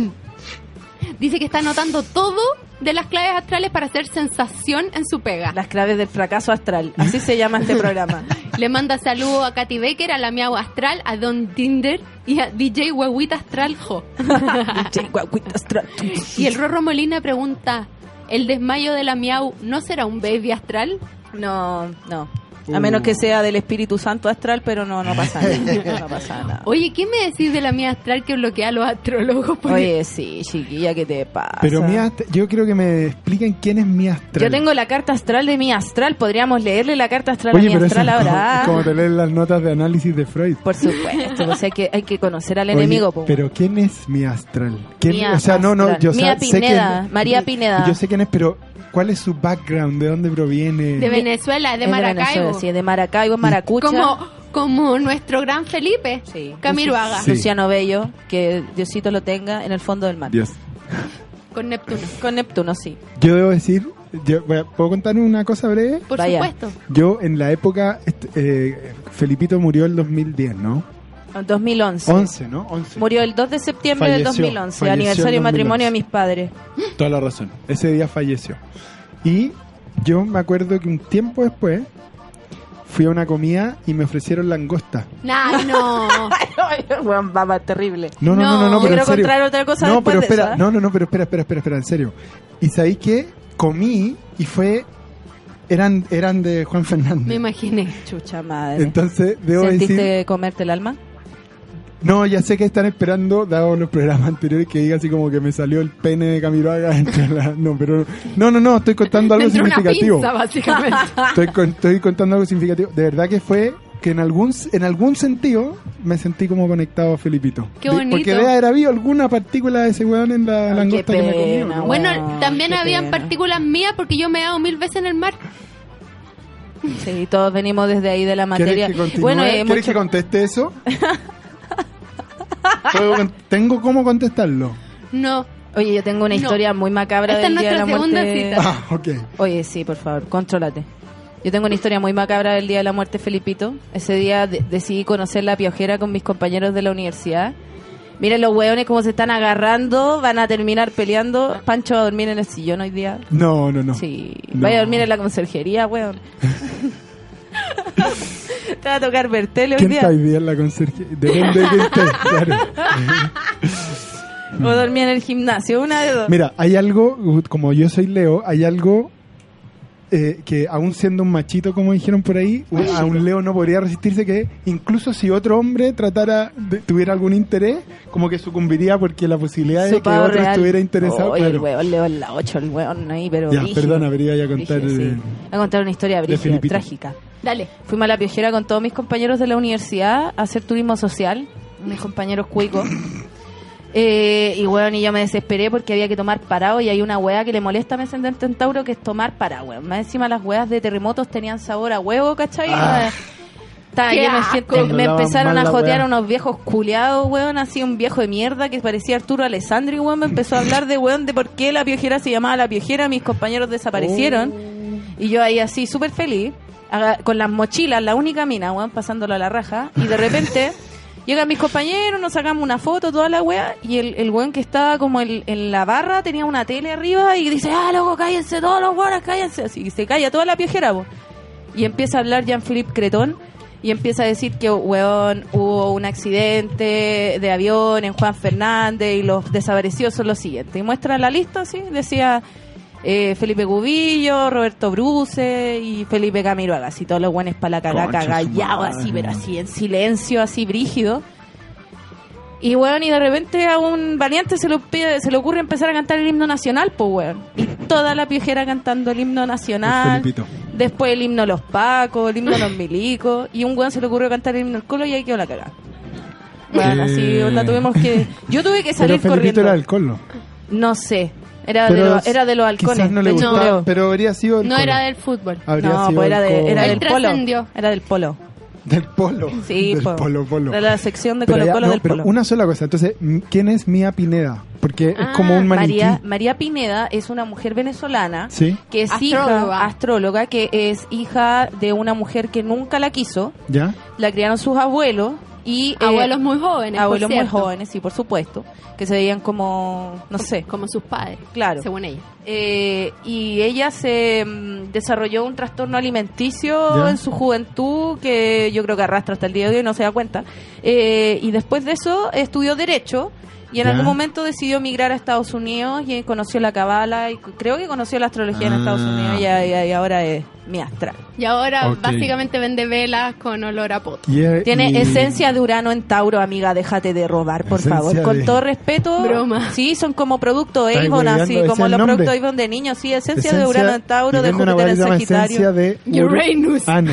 S3: dice que está anotando todo de las claves astrales para hacer sensación en su pega.
S1: Las claves del fracaso astral. Así se llama este programa.
S3: Le manda saludo a Katy Baker, a la Miau Astral, a Don Tinder y a DJ Huehuita Astral Jo.
S1: DJ Guaguito Astral.
S3: Y el Rorro Molina pregunta: ¿El desmayo de la Miau no será un baby astral?
S1: No, no. A menos que sea del Espíritu Santo astral, pero no, no pasa nada. No pasa nada.
S3: Oye, ¿qué me decís de la Miau Astral que bloquea a los astrólogos? Porque-
S1: Oye, sí, chiquilla, ¿qué te pasa?
S2: Pero mi ast- yo creo que me expliquen quién es mi
S1: Yo
S2: astral.
S1: tengo la carta astral de mi astral. Podríamos leerle la carta astral
S2: Oye,
S1: a mi
S2: pero eso
S1: astral
S2: es como-
S1: ahora.
S2: como, te leen las notas de análisis de Freud.
S1: Por supuesto, pues hay que, hay que conocer al
S2: Oye,
S1: enemigo. pues. po.
S2: pero ¿quién es mi astral? ¿Quién-
S1: Mía
S2: o sea, no, no,
S1: astral.
S2: yo o sea,
S1: Mía
S2: sé quién-
S1: Pineda, María Pineda.
S2: Yo sé quién es, pero ¿cuál es su background? ¿De dónde proviene?
S3: de Venezuela, de
S1: Es
S3: Maracaibo.
S1: Venezuela, sí, de Maracaibo, es Maracucha.
S3: Como, como nuestro gran Felipe,
S1: Sí.
S3: Camiroaga,
S2: Sí.
S1: Luciano Bello, que Diosito lo tenga en el fondo del mar.
S2: Dios.
S3: con Neptuno.
S1: Con Neptuno, sí.
S2: Yo debo decir, yo, bueno, ¿puedo contar una cosa breve?
S3: Por
S1: Vaya.
S3: supuesto.
S2: Yo en la época, este, eh, Felipito murió el 2010, ¿no?
S1: En 2011.
S2: 11, ¿no? 11.
S1: Murió el 2 de septiembre del
S2: Falleció,
S1: 2011,
S2: falleció
S1: aniversario
S2: en
S1: de matrimonio de
S2: 2011.
S1: mis padres.
S2: Toda la razón. Ese día falleció. Y yo me acuerdo que un tiempo después fui a una comida y me ofrecieron langosta.
S3: Nah, no.
S1: Weón, baba, terrible.
S2: No, no, no, no, no,
S3: No,
S2: pero
S1: quiero
S2: en serio.
S1: encontrar otra cosa
S2: no,
S1: después
S2: pero
S1: de
S2: espera,
S1: eso, ¿eh?
S2: no, no, no, pero espera, espera, espera, espera, en serio. Y sabéis que comí y fue eran eran de Juan
S3: Me
S2: Fernández.
S3: imaginé.
S1: Chucha madre.
S2: Entonces, debo
S1: ¿Sentiste
S2: decir,
S1: comerte el alma?
S2: no, ya sé que están esperando dado los programas anteriores que diga así como que me salió el pene de Camiroaga entre la- no, pero no, no, no, estoy contando algo
S3: Dentro de una
S2: significativo.
S3: pinza, básicamente.
S2: Estoy, con- estoy contando algo significativo. De verdad que fue que en algún en algún sentido me sentí como conectado a Felipito.
S3: Qué
S2: De-
S3: bonito.
S2: Porque debe haber habido alguna partícula de ese weón en la langosta que me comí. ¿o no?
S3: bueno, también
S1: qué
S3: habían
S1: pena.
S3: partículas mías porque yo me he dado mil veces en el mar.
S1: Sí, todos venimos desde ahí de la materia.
S2: ¿Quieres que continúe?
S1: Bueno, eh,
S2: ¿Quieres
S1: mucho-
S2: que conteste eso? Puedo con- Tengo cómo contestarlo.
S3: No.
S1: Oye, yo tengo una
S3: No.
S1: historia muy macabra
S3: Esta es
S1: del día de la
S3: nuestra segunda
S1: muerte.
S3: cita.
S2: Ah, ok.
S1: Oye, sí, por favor, contrólate. Yo tengo una historia muy macabra del día de la muerte de Felipito. Ese día de- decidí conocer la piojera con mis compañeros de la universidad. Miren los hueones cómo se están agarrando, van a terminar peleando. Pancho va a dormir en el sillón hoy día.
S2: No, no, no.
S1: Sí,
S2: No.
S1: vaya a dormir en la conserjería, hueón. Te va a tocar Bertel hoy
S2: ¿Quién
S1: día.
S2: está hoy día en la conserje? ¿De dónde viste? Claro.
S1: O dormir en el gimnasio, una de dos.
S2: uh, Mira, hay algo, como yo soy Leo, hay algo eh, que aún siendo un machito, como dijeron por ahí, un- a un Leo no podría resistirse que incluso si otro hombre tratara, de- tuviera algún interés, como que sucumbiría porque la posibilidad de que
S1: Sopado
S2: otro
S1: real.
S2: estuviera interesado,
S1: Oye, el
S2: claro.
S1: weón Leo en la 8, el weón ahí, pero.
S2: Ya,
S1: brígido.
S2: perdona, pero iba a contar,
S1: Brígido, sí.
S2: eh,
S1: Voy a contar una historia brígida,
S2: Filipito.
S1: trágica.
S3: Dale.
S1: Fuimos a la piojera con todos mis compañeros de la universidad a hacer turismo social, mis compañeros cuicos. Eh, y weón, y yo me desesperé porque había que tomar parado y hay una weá que le molesta a Messenger Centauro que es tomar para, weón. Más encima las weas de terremotos tenían sabor a huevo, ¿cachai?
S2: Ah.
S1: Estaba
S3: ¡Qué
S1: lleno de
S3: asco!
S1: gente.
S2: Cuando
S1: Me
S2: daban
S1: empezaron
S2: mal
S1: a
S2: la
S1: jotear
S2: weá.
S1: unos viejos culiados, weón, así un viejo de mierda que parecía Arturo Alessandri, weón, me empezó a hablar de weón de por qué la piojera se llamaba la piojera, mis compañeros desaparecieron. Y yo ahí así, súper feliz, aga- con las mochilas, la única mina, weón, pasándolo a la raja. Y de repente llegan mis compañeros, nos sacamos una foto, toda la weá. Y el, el weón que estaba como el- en la barra tenía una tele arriba y dice, ah, loco, cállense todos los weones, cállense. Así y se calla toda la piojera, po. Y empieza a hablar Jean-Philippe Cretón. Y empieza a decir que, weón, hubo un accidente de avión en Juan Fernández y los desaparecidos son los siguientes. Y muestra la lista, así, decía eh, Felipe Cubillo, Roberto Bruce y Felipe Camiroaga, así todos los buenos para la cagá,
S2: Concha su
S1: cagallado,
S2: madre.
S1: así, pero así en silencio, así brígido. Y weón, y de repente a un valiente se le, pide- se le ocurre empezar a cantar el himno nacional, pues weón. Y toda la piojera cantando el himno nacional.
S2: Felipito.
S1: Después el himno a los pacos, el himno a los milicos. Y un weón se le ocurrió cantar el himno al colo y ahí quedó la cagada. Bueno,
S2: Eh.
S1: así onda, tuvimos que. Yo tuve que
S2: Pero
S1: salir
S2: Felipito
S1: corriendo.
S2: era alcohol, ¿no?
S1: No sé. Era,
S2: Pero
S1: de, los- era de los halcones.
S2: Quizás no le
S1: de hecho,
S2: gustaba,
S1: creo.
S2: pero habría sido el
S3: No
S2: colo.
S3: era del fútbol.
S2: Habría
S1: No,
S2: sido
S1: pues era, de-
S2: alcohol.
S1: era del
S3: Él
S1: polo.
S3: trascendió.
S1: Era del polo.
S2: del polo.
S1: Sí, pues.
S2: del
S1: po.
S2: polo, polo.
S1: Era la sección de
S2: Pero
S1: Colo
S2: ya-
S1: Colo
S2: no,
S1: del
S2: pero
S1: polo.
S2: una sola cosa, entonces, m- ¿quién es Mía Pineda? Porque
S1: Ah,
S2: es como un maniquí.
S1: María, María Pineda es una mujer venezolana
S2: ¿Sí?
S1: que es hija,
S3: Astróloga.
S1: astróloga, que es hija de una mujer que nunca la quiso.
S2: ¿Ya?
S1: La criaron sus abuelos y. eh,
S3: Abuelos muy jóvenes. por
S1: abuelos muy
S3: cierto.
S1: jóvenes, sí, por supuesto, que se veían como, no sé,
S3: Como sus padres,
S1: claro.
S3: según ella.
S1: Eh, y ella se mm, desarrolló un trastorno alimenticio
S2: Ya.
S1: en su juventud que yo creo que arrastra hasta el día de hoy, no se da cuenta. Eh, y después de eso estudió Derecho y en
S2: Ya.
S1: algún momento decidió migrar a Estados Unidos y conoció la cabala y c- creo que conoció la astrología en
S2: Ah.
S1: Estados Unidos y, y- y ahora es mi astral.
S3: Y ahora
S2: Ok.
S3: básicamente vende velas con olor a poto.
S2: Y es-
S1: Tiene
S2: y-
S1: esencia de Urano en Tauro, amiga, déjate de robar, por
S2: Esencia
S1: favor. Con
S2: de-
S1: todo respeto.
S3: Broma.
S1: Sí, son como producto
S2: Estáis
S1: Avon,
S2: hueveando,
S1: así
S2: ese
S1: como
S2: el
S1: los
S2: nombre.
S1: productos Avon de niños. Sí, esencia, de Urano en Tauro,
S2: y
S1: de
S2: vende una
S1: Júpiter en
S2: guarida más
S1: Sagitario.
S2: esencia de Ur-
S3: Uranus.
S2: Ah, no.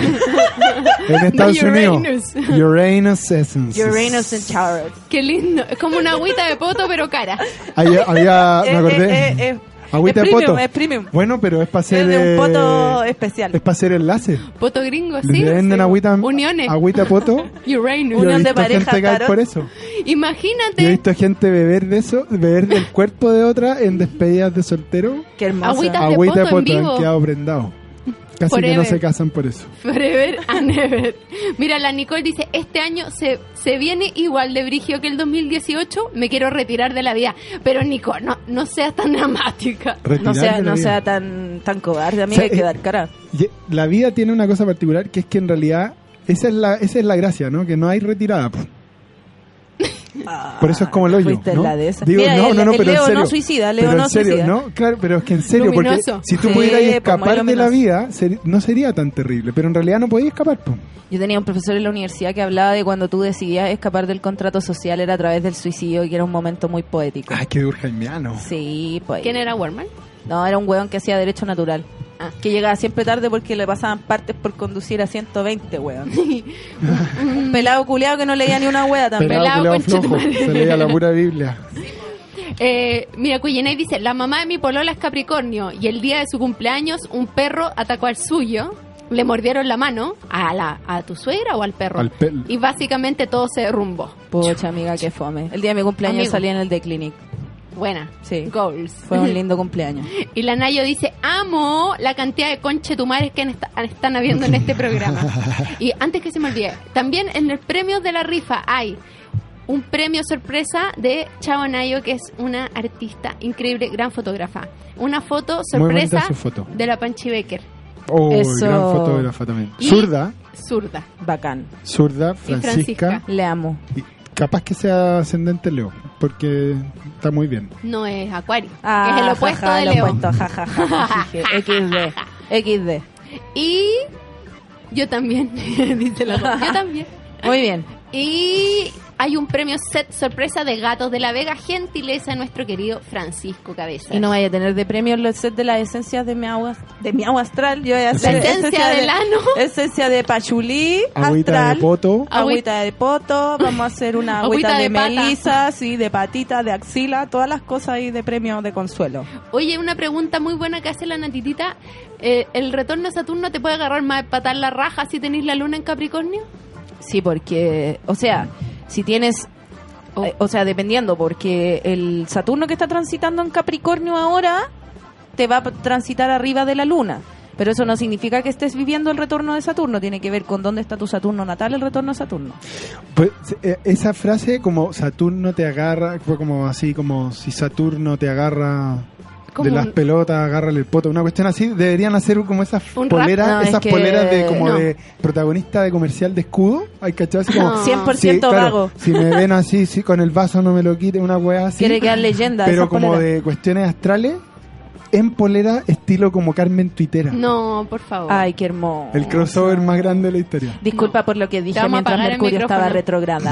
S2: En Estados
S3: Uranus.
S2: Unidos. Uranus Essence.
S1: Uranus en Tauro.
S3: Qué lindo. Es como una agüita de poto, pero cara.
S2: Ahí había, me
S1: Eh,
S2: acordé.
S1: eh, eh, eh.
S2: Agüita
S1: es
S2: de
S1: premium,
S2: poto.
S1: es premium.
S2: Bueno, pero es para
S1: Es
S2: hacer.
S1: de un poto
S2: eh,
S1: especial.
S2: Es para hacer enlace.
S3: Poto gringo,
S2: Le
S3: sí.
S2: venden
S3: sí.
S2: agüita.
S3: Uniones.
S2: Agüita poto. Yo he
S3: Uranus.
S1: Unión de
S2: visto
S1: pareja,
S2: gente caer
S1: tarot.
S2: por eso. Yo he
S3: Imagínate.
S2: visto gente beber de eso, beber del cuerpo de otra en despedidas de soltero.
S1: Qué hermosa.
S3: Agüita. Estás de
S2: Agüita
S3: poto
S2: de
S3: en
S2: poto, han
S3: vivo.
S2: quedado prendados. Casi que no
S3: Forever.
S2: se casan por eso.
S3: Forever and ever. Mira, la Nicole dice, este año se, se viene igual de brigio que el 2018, me quiero retirar de la vida. Pero Nicole, no, no seas tan dramática.
S1: No
S2: Retirar
S1: sea,
S2: de la
S1: no
S2: vida.
S1: sea tan, tan cobarde, amiga,
S2: Sí. eh,
S1: hay que dar cara.
S2: Y La vida tiene una cosa particular que es que en realidad esa es la, esa es la gracia, ¿no? Que no hay retirada. po. Por eso es como el hoyo.
S1: Ah, Fuiste
S2: ¿no?
S1: la de esas.
S2: Digo,
S1: Mira,
S2: no,
S1: el-
S2: no, no,
S1: el
S2: pero en
S1: Leo
S2: serio.
S1: no suicida, Leo
S2: pero en
S1: no
S2: serio,
S1: suicida.
S2: ¿no? Claro, pero es que en serio,
S3: Luminoso.
S2: porque si tú
S1: Sí,
S2: pudieras
S1: pues, muy
S2: escapar de
S1: luminoso.
S2: la vida, ser- no sería tan terrible, pero en realidad no podías escapar. po.
S1: Yo tenía un profesor en la universidad que hablaba de cuando tú decidías escapar del contrato social era a través del suicidio y que era un momento muy poético.
S2: Ay, qué durjaimiano.
S1: Sí, pues.
S3: ¿Quién era Warman?
S1: No, era un hueón que hacía derecho natural. Que llegaba siempre tarde porque le pasaban partes por conducir a 120, hueón. un pelado culeado que no leía ni una hueá también.
S3: Pelado,
S2: pelado
S3: concha tu
S2: flojo,
S3: madre.
S2: se leía la pura Biblia.
S3: Eh, mira, Cuyenay dice, la mamá de mi polola es Capricornio y el día de su cumpleaños un perro atacó al suyo, le mordieron la mano a, la, a tu suegra o al perro.
S2: Al pel-
S3: y básicamente todo se derrumbó.
S1: Pocha, amiga, que fome. El día de mi cumpleaños
S3: Amigo.
S1: salí en el The Clinic.
S3: Buena.
S1: Sí.
S3: Goals.
S1: Fue un lindo cumpleaños.
S3: Y la Nayo dice, amo la cantidad de conchetumares que est- están habiendo en este programa. y antes que se me olvide, también en el premio de la rifa hay un premio sorpresa de Chao Nayo, que es una artista increíble, gran fotógrafa. Una foto
S2: Muy bonita
S3: sorpresa
S2: su foto.
S3: de la Panchi Becker,
S2: Oh,
S1: Eso.
S2: gran fotógrafa también.
S3: Y-
S2: Zurda,
S3: zurda.
S1: Bacán.
S2: zurda, Francisca.
S3: Francisca.
S1: Le amo.
S2: Y capaz que sea ascendente Leo, porque está muy bien.
S3: No es Acuario,
S1: Ah,
S3: que es el opuesto
S1: jaja,
S3: de
S1: el
S3: Leo.
S1: opuesto, jajaja. XD. XD.
S3: Y yo también, dice la voz. Yo también.
S1: Muy bien.
S3: Y hay un premio set sorpresa de Gatos de la Vega, gentileza de nuestro querido Francisco Cabeza.
S1: Y no vaya a tener de premio los set de las esencias de mi agua, de mi agua astral. Yo voy a hacer
S3: Esencia del ano.
S1: Esencia de pachulí,
S2: Agüita
S1: astral.
S2: de poto.
S1: Agüita de poto, vamos a hacer una
S3: Agüita
S1: agüita,
S3: de
S1: de,
S3: pata.
S1: melisa, sí, de patita, de axila, todas las cosas ahí de premio de consuelo.
S3: Oye, una pregunta muy buena que hace la Natitita. Eh, ¿El retorno a Saturno te puede agarrar más patar la raja si tenéis la luna en Capricornio?
S1: Sí, porque, o sea, si tienes, eh, o sea, dependiendo, porque el Saturno que está transitando en Capricornio ahora te va a transitar arriba de la Luna. Pero eso no significa que estés viviendo el retorno de Saturno, tiene que ver con dónde está tu Saturno natal, el retorno a Saturno.
S2: Pues, eh, esa frase como Saturno te agarra, fue como así, como si Saturno te agarra
S3: Como
S2: de las
S3: un-
S2: pelotas, agarra el poto, una cuestión así, deberían hacer como esas
S3: Un rap.
S2: poleras,
S1: No, es
S2: esas
S1: que-
S2: poleras de como
S3: no.
S2: de protagonista de comercial de escudo, hay cachado así como
S3: No.
S1: 100%
S2: Sí, claro,
S1: vago.
S2: Si me ven así, sí, con el vaso no me lo quite, una weá así.
S1: Quiere quedar leyenda.
S2: pero
S1: esa
S2: como
S1: polera.
S2: de cuestiones astrales, en polera, estilo como Carmen Tuitera.
S3: No, por favor.
S1: Ay, qué hermoso.
S2: El crossover más grande de la historia.
S1: Disculpa
S3: No.
S1: por lo que dije
S3: vamos a
S1: mientras
S3: apagar el
S1: Mercurio estaba
S3: micrófono.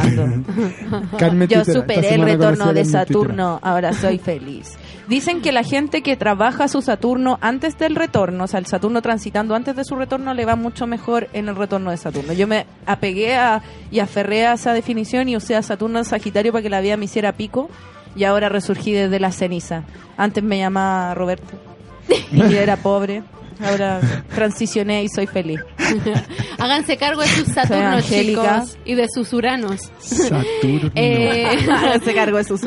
S1: retrogradando.
S2: Carmen
S1: Yo
S2: Tuitera. Esta
S1: superé el retorno
S2: semana conocí a
S1: de
S2: Carmen Tuitera.
S1: Saturno, ahora soy feliz. Dicen que la gente que trabaja su Saturno antes del retorno, o sea, el Saturno transitando antes de su retorno, le va mucho mejor en el retorno de Saturno. Yo me apegué a, y aferré a esa definición y usé a Saturno en Sagitario para que la vida me hiciera pico y ahora resurgí desde la ceniza. Antes me llamaba Roberto y era pobre. Ahora transicioné y soy feliz.
S3: Háganse cargo de sus Saturnos,
S1: Angélica.
S3: chicos, y de sus Uranos.
S2: Saturno.
S3: Eh,
S1: Se cargo de sus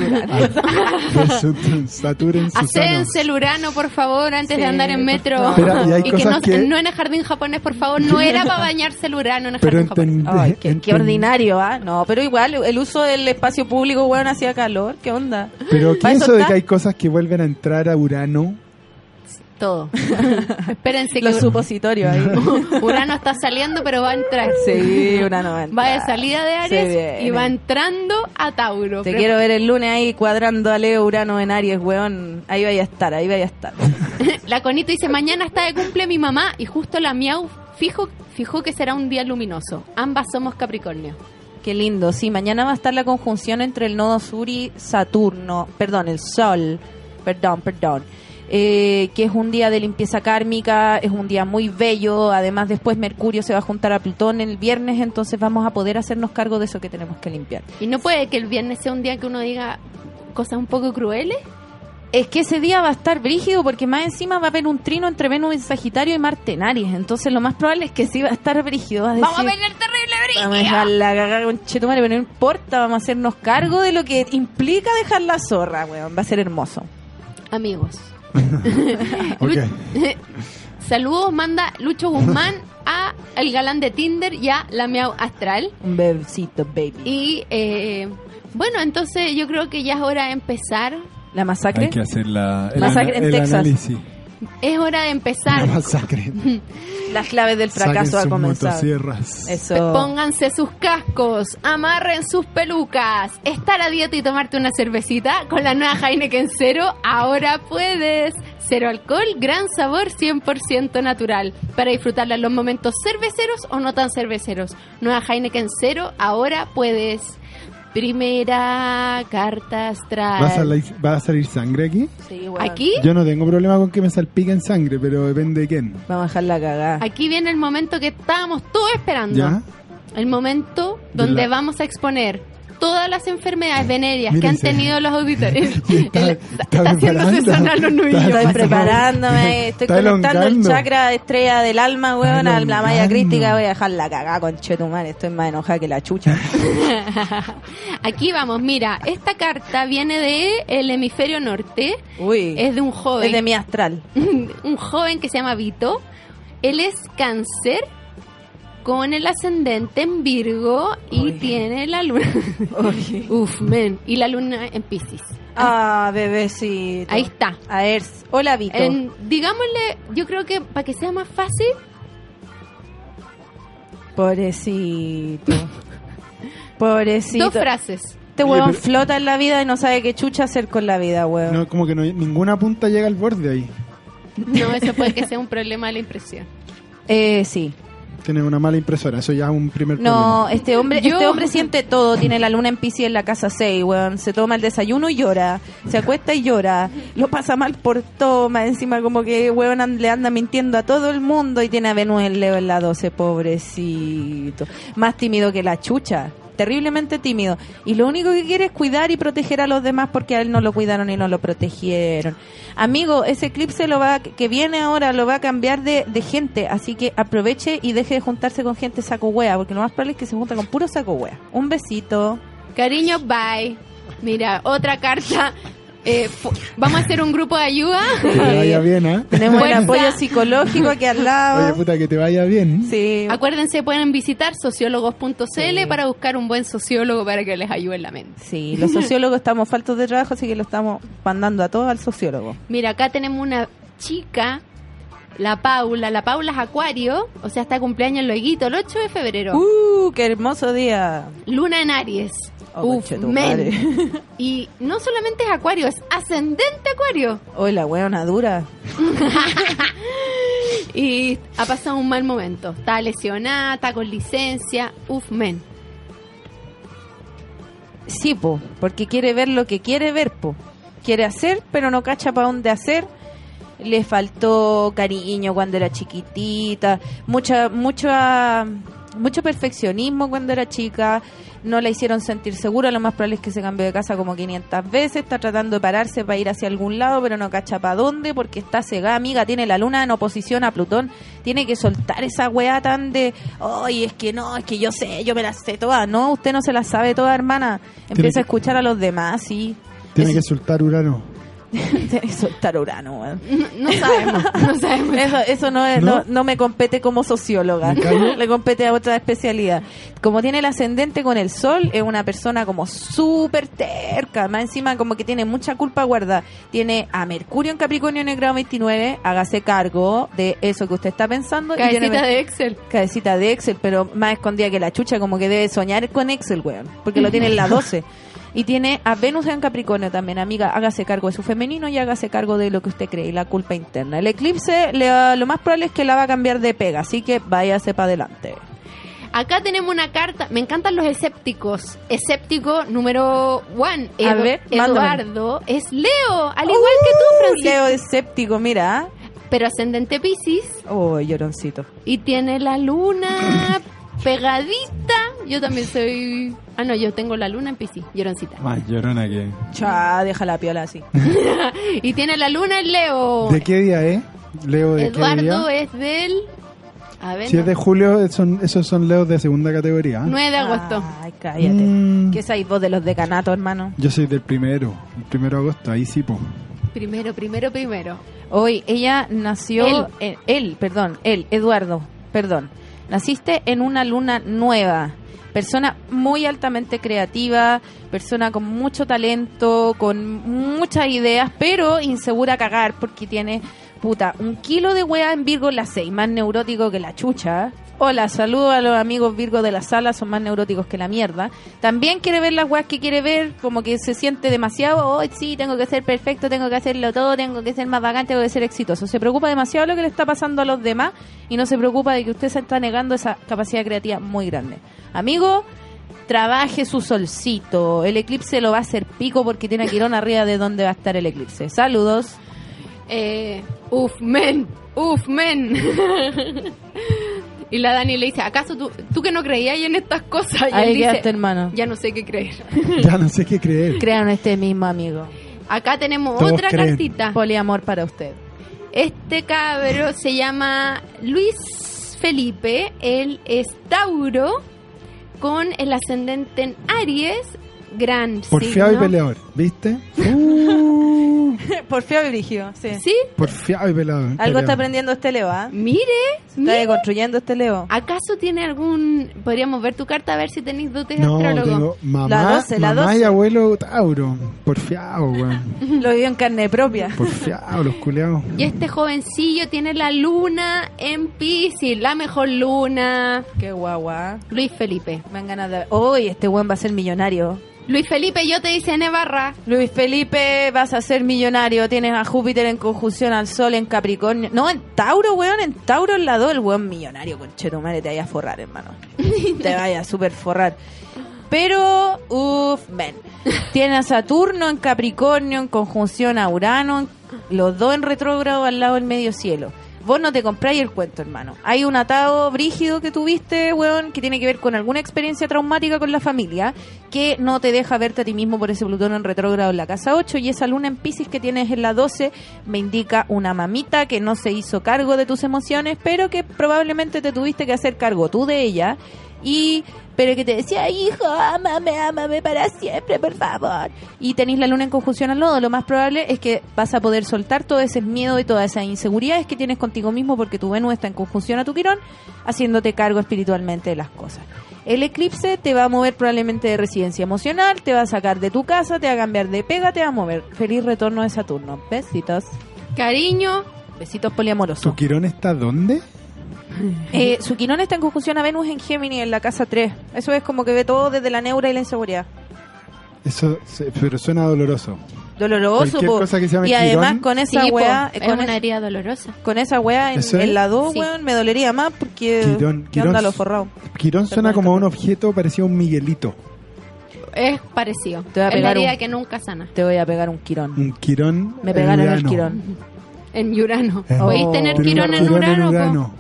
S2: Saturno. Saturno en Susano.
S3: Hacense el Urano, por favor, antes
S1: Sí,
S3: de andar en
S1: por
S3: metro.
S1: favor.
S2: Espera, y hay
S3: que
S2: cosas
S3: no,
S2: que-
S3: no en el jardín japonés, por favor. No era para bañarse el Urano en el
S2: Pero
S3: jardín japonés.
S2: entendí.
S1: Ay, qué, qué ordinario, ¿ah? No, pero igual, el uso del espacio público, weón, hacía calor. ¿Qué onda?
S2: Pero ¿qué
S1: Pa'
S2: es eso de
S1: está?
S2: que hay cosas que vuelven a entrar a Urano?
S3: Todo. Espérense que
S1: Los supositorios ahí.
S3: Urano está saliendo, pero va a entrar.
S1: sí, una noventa.
S3: Va de salida de
S1: Se
S3: Aries
S1: viene.
S3: y va entrando a Tauro.
S1: Te
S3: Pre-
S1: quiero ver el lunes ahí cuadrando a Leo Urano en Aries, weón. Ahí vaya a estar, ahí vaya a estar.
S3: La Conito dice, mañana está de cumple mi mamá y justo la Miau fijo, fijó que será un día luminoso. Ambas somos Capricornio.
S1: Qué lindo. Sí, mañana va a estar la conjunción entre el nodo sur y Saturno. Perdón, el Sol. Perdón, perdón. Eh, que es un día de limpieza kármica, es un día muy bello. Además, después Mercurio se va a juntar a Plutón el viernes, entonces vamos a poder hacernos cargo de eso que tenemos que limpiar.
S3: Y no puede que el viernes sea un día que uno diga cosas un poco crueles.
S1: Es que ese día va a estar brígido porque más encima va a haber un trino entre Venus en Sagitario y Marte en Aries. Entonces lo más probable es que sí va a estar brígido. Va a
S3: Vamos a
S1: decir,
S3: ver el terrible
S1: Vamos a
S3: brillo.
S1: dejarla cagar con chetumare, pero no importa, vamos a hacernos cargo de lo que implica dejar la zorra, weón. Va a ser hermoso.
S3: Amigos.
S2: Ok.
S3: Saludos, manda Lucho Guzmán a el galán de Tinder y a la Miau Astral.
S1: Un bebecito, baby. ¿Y
S3: Y eh, bueno, entonces yo creo que ya es hora de empezar.
S1: la masacre?
S4: Hay que hacer la, el,
S1: Masacre
S4: ana-
S1: en
S4: el
S1: Texas.
S4: análisis.
S3: Es hora de
S2: Una
S3: empezar.
S2: masacre.
S1: Las claves del
S2: Saquen
S1: fracaso
S2: sus
S1: ha comenzado.
S2: motosierras.
S1: Eso.
S3: Pónganse sus cascos, amarren sus pelucas, estar a dieta y tomarte una cervecita con la nueva Heineken Cero, ahora puedes. Cero alcohol, gran sabor, 100% natural. Para disfrutarla en los momentos cerveceros o no tan cerveceros. Nueva Heineken Cero, ahora puedes. Primera carta
S2: ¿Va a,
S3: astral.
S2: salir, ¿Va a salir sangre aquí?
S1: Sí, weón.
S3: Aquí,
S2: Yo no tengo problema con que me salpiquen sangre, pero depende de quién.
S1: Vamos a dejarla cagar.
S3: aquí viene el momento que estábamos todos esperando.
S2: ¿Ya?
S3: El momento
S2: De
S3: donde
S2: la-
S3: vamos a exponer todas las enfermedades venéreas que han
S2: Mírense.
S3: tenido los auditores.
S2: Está-
S3: El-
S2: está
S3: está haciéndose
S2: preparando.
S3: sonar los
S2: Está-
S3: nudillos.
S1: Estoy preparándome, estoy
S2: Está
S1: conectando el
S2: elongando.
S1: chakra estrella del alma, weón, a la malla
S2: elongando.
S1: crística. Voy a dejarla cagar con chetumare. Estoy más enojada que la chucha.
S3: Aquí vamos, mira, esta carta viene de el hemisferio norte,
S1: Uy.
S3: es de un
S1: Es
S3: joven,
S1: de mi astral.
S3: un joven que se llama Vito. Él es cáncer con el ascendente en Virgo y tiene la luna. Uf, men, y la luna en Piscis.
S1: Ah, bebecito.
S3: Ahí está.
S1: A ver, hola Vito.
S3: En- digámosle, yo creo que para que sea más fácil,
S1: Pobrecito. Pobrecito.
S3: dos frases.
S1: Este huevón flota en la vida y no sabe qué chucha hacer con la vida, huevón.
S2: No, como que no, ninguna punta llega al borde ahí.
S3: No, eso puede que sea un problema de la impresión.
S1: Eh, sí.
S2: Tienes una mala impresora, eso ya es un primer
S1: No, este hombre,
S3: Yo-
S1: este hombre siente todo. Tiene la luna en Piscis en la casa 6, weón. Se toma el desayuno y llora. Se acuesta y llora. Lo pasa mal por todo. Más encima, como que, weón, an- le anda mintiendo a todo el mundo. Y tiene a Venus en Leo en la 12, pobrecito. Más tímido que la chucha. Terriblemente tímido. Y lo único que quiere es cuidar y proteger a los demás porque a él no lo cuidaron y no lo protegieron. Amigo, ese eclipse lo va, que viene ahora lo va a cambiar de, de gente. Así que aproveche y deje de juntarse con gente saco hueá. Porque lo más probable es que se junta con puro saco hueá. Un besito.
S3: Cariño, bye. Mira, otra carta. Eh, fu- Vamos a hacer un grupo de ayuda.
S2: problema. Que te vaya bien, ¿ah?
S1: Tenemos el
S3: Fuerza.
S1: apoyo psicológico aquí al
S2: Oye,
S1: lado.
S2: puta, que te vaya bien.
S1: Sí.
S3: Acuérdense, pueden visitar sociólogos.cl para buscar un buen sociólogo para que les ayude en la mente.
S1: Sí, los sociólogos estamos faltos de trabajo, así que lo estamos mandando a todos al sociólogo.
S3: Mira, acá tenemos una chica, la Paula. La Paula es Acuario, o sea, está cumpleaños luego, el 8 de febrero.
S1: ¡Uh! ¡Qué hermoso día!
S3: Luna en Aries.
S1: Oh,
S3: Uf,
S1: conche tu
S3: men.
S1: madre.
S3: Y no solamente es Acuario, es ascendente Acuario.
S1: Hoy la hueona dura.
S3: Y ha pasado un mal momento. Está lesionada, está con licencia. Uf, men.
S1: Sí, po, porque quiere ver lo que quiere ver, po. Quiere hacer, pero no cacha para dónde hacer. Le faltó cariño cuando era chiquitita, mucha, mucha, mucho perfeccionismo cuando era chica. No la hicieron sentir segura, lo más probable es que se cambió de casa como 500 veces. Está tratando de pararse para ir hacia algún lado, pero no cacha para dónde porque está cegada, amiga. Tiene la luna en oposición a Plutón. Tiene que soltar esa weá tan de, ay, es que no, es que yo sé, yo me la sé toda. No, usted no se la sabe toda, hermana. Empieza
S2: que-
S1: a escuchar a los demás, sí.
S2: Tiene
S1: Es-
S2: que soltar Urano.
S1: tiene que soltar Urano, weón.
S3: No, no sabemos, no sabemos.
S1: Eso, eso no, es-
S2: ¿No?
S1: no- no me compete como socióloga,
S2: ¿Me callo?
S1: le compete a otra especialidad. Como tiene el ascendente con el sol, es una persona como súper terca, más encima como que tiene mucha culpa guardada. Tiene a Mercurio en Capricornio en el grado 29, hágase cargo de eso que usted está pensando. y tiene-
S3: Cabecita de Excel.
S1: cabecita de Excel, pero más escondida que la chucha, como que debe soñar con Excel, weón, porque lo tiene en la 12. Y tiene a Venus en Capricornio también, amiga, hágase cargo de su femenino y hágase cargo de lo que usted cree y la culpa interna. El eclipse, le- lo más probable es que la va a cambiar de pega, así que váyase para adelante.
S3: Acá tenemos una carta. Me encantan los escépticos. Escéptico número one.
S1: A ver, Uh, mándame.
S3: Eduardo es Leo, al igual que tú, Francisco.
S1: Leo escéptico, mira. ¿ah?
S3: Pero ascendente Pisces
S1: Oh, lloroncito.
S3: y tiene la luna pegadita. Yo también soy. Ah, no, yo tengo la luna en Pisces, lloroncita.
S2: Más llorona que.
S1: Cha, deja la piola así.
S3: Y tiene la luna en Leo.
S2: ¿De qué día es? Leo de qué
S3: Eduardo
S2: día.
S1: eh,
S3: es del. A ver.
S2: Si es
S3: no,
S2: de julio, son, esos son Leos de segunda categoría. ¿ah?
S3: 9 de agosto.
S1: Ay, cállate.
S2: Mm.
S1: Que esa es voz de los decanatos, hermano.
S2: Yo soy del primero, el primero de agosto, ahí sí, po.
S3: Primero, primero, primero.
S1: Hoy ella nació,
S3: Él.
S1: eh, él. perdón, él, Eduardo, perdón. Naciste en una luna nueva, persona muy altamente creativa, persona con mucho talento, con muchas ideas, pero insegura a cagar porque tiene, puta, un kilo de hueá en Virgo en la 6, más neurótico que la chucha. Hola, saludo a los amigos Virgo de la sala, son más neuróticos que la mierda. También quiere ver las weas que quiere ver, como que se siente demasiado, oh, sí, tengo que ser perfecto, tengo que hacerlo todo, tengo que ser más vagante, tengo que ser exitoso. Se preocupa demasiado de lo que le está pasando a los demás y no se preocupa de que usted se está negando esa capacidad creativa muy grande. Amigo, trabaje su solcito. El eclipse lo va a hacer pico porque tiene a Quirón arriba de donde va a estar el eclipse. Saludos.
S3: Eh, uf, men, uf, men. y la Dani le dice, ¿acaso tú, tú que no creías en estas cosas? Y él
S1: Ahí
S3: dice,
S1: quedaste, hermano.
S3: ya no sé qué creer.
S2: Ya no sé qué creer.
S1: Crean este mismo amigo.
S3: Acá tenemos
S2: Todos
S3: otra
S2: creen.
S3: cartita.
S1: Poliamor para usted.
S3: Este cabro se llama Luis Felipe, él es Tauro, con el ascendente en Aries, gran
S2: Porfiado y
S3: signo.
S2: peleador, ¿viste? Uh,
S1: Porfiado y Brigio, sí.
S3: ¿Sí?
S2: Porfiado y peleador.
S1: Algo está
S2: peleador.
S1: aprendiendo este Leo, ¿ah?
S3: Mire,
S1: Está
S3: mire.
S1: deconstruyendo este Leo.
S3: ¿Acaso tiene algún... Podríamos ver tu carta a ver si tenéis dotes de
S2: No,
S3: astrólogo.
S2: tengo mamá,
S1: La doce, la
S2: mamá y
S1: doce.
S2: abuelo Tauro. Porfiado, weón.
S1: Lo vivió en carne propia.
S2: Porfiado, los culeados.
S3: Y este jovencillo tiene la luna en Pisces, la mejor luna.
S1: Qué guagua. ¿ah?
S3: Luis Felipe.
S1: Me han ganado. Hoy este buen va a ser millonario.
S3: Luis Felipe, yo te dice Nevarra.
S1: Luis Felipe, vas a ser millonario. Tienes a Júpiter en conjunción al Sol en Capricornio. No, en Tauro, weón. En Tauro en la 2, el weón millonario, conchetumare. Te vayas a forrar, hermano. te vayas a super forrar. Pero, uff, ven. Tienes a Saturno en Capricornio en conjunción a Urano. Los dos en retrógrado al lado del medio cielo. Vos no te compráis el cuento, hermano. Hay un atado brígido que tuviste, weón, que tiene que ver con alguna experiencia traumática con la familia, que no te deja verte a ti mismo por ese Plutón en retrógrado en la casa 8 y esa luna en Pisces que tienes en la 12 me indica una mamita que no se hizo cargo de tus emociones, pero que probablemente te tuviste que hacer cargo tú de ella y pero que te decía, hijo, ámame, ámame para siempre, por favor. Y tenéis la luna en conjunción al nodo, lo más probable es que vas a poder soltar todo ese miedo y todas esas inseguridades que tienes contigo mismo porque tu Venus está en conjunción a tu Quirón, haciéndote cargo espiritualmente de las cosas. El eclipse te va a mover probablemente de residencia emocional, te va a sacar de tu casa, te va a cambiar de pega, te va a mover. Feliz retorno de Saturno. Besitos.
S3: Cariño,
S1: Besitos poliamorosos.
S2: ¿Tu Quirón está dónde?
S1: Eh, su Quirón está en conjunción a Venus en Géminis, en la casa 3. Eso es como que ve todo desde la neura y la inseguridad.
S2: Eso, se- pero suena doloroso.
S1: Doloroso,
S2: Cualquier
S1: po.
S2: cosa que se llame
S1: Y además
S2: Quirón.
S1: con
S3: sí,
S1: esa
S3: po,
S1: weá, eh,
S3: es
S1: con,
S3: una
S1: es-
S3: herida dolorosa.
S1: con esa weá en,
S2: ¿Eso es?
S1: en la 2,
S3: Sí.
S1: weón, me dolería más porque
S2: Quirón,
S1: ¿qué
S2: Quirón.
S1: onda lo forrado?
S2: Quirón suena
S1: Perdón,
S2: como un
S1: perdón.
S2: objeto parecido a un Miguelito.
S3: Es parecido.
S1: Te voy a
S3: es la
S1: pegar
S3: herida
S1: un-
S3: que nunca sana.
S1: Te voy a pegar un Quirón.
S2: Un Quirón.
S1: Me pegaron el
S2: urano.
S1: Quirón.
S3: En Urano.
S2: Eh,
S3: Podéis
S1: Oh.
S3: tener
S2: Tener
S3: Quirón
S2: un
S3: en Urano. po.
S2: Urano.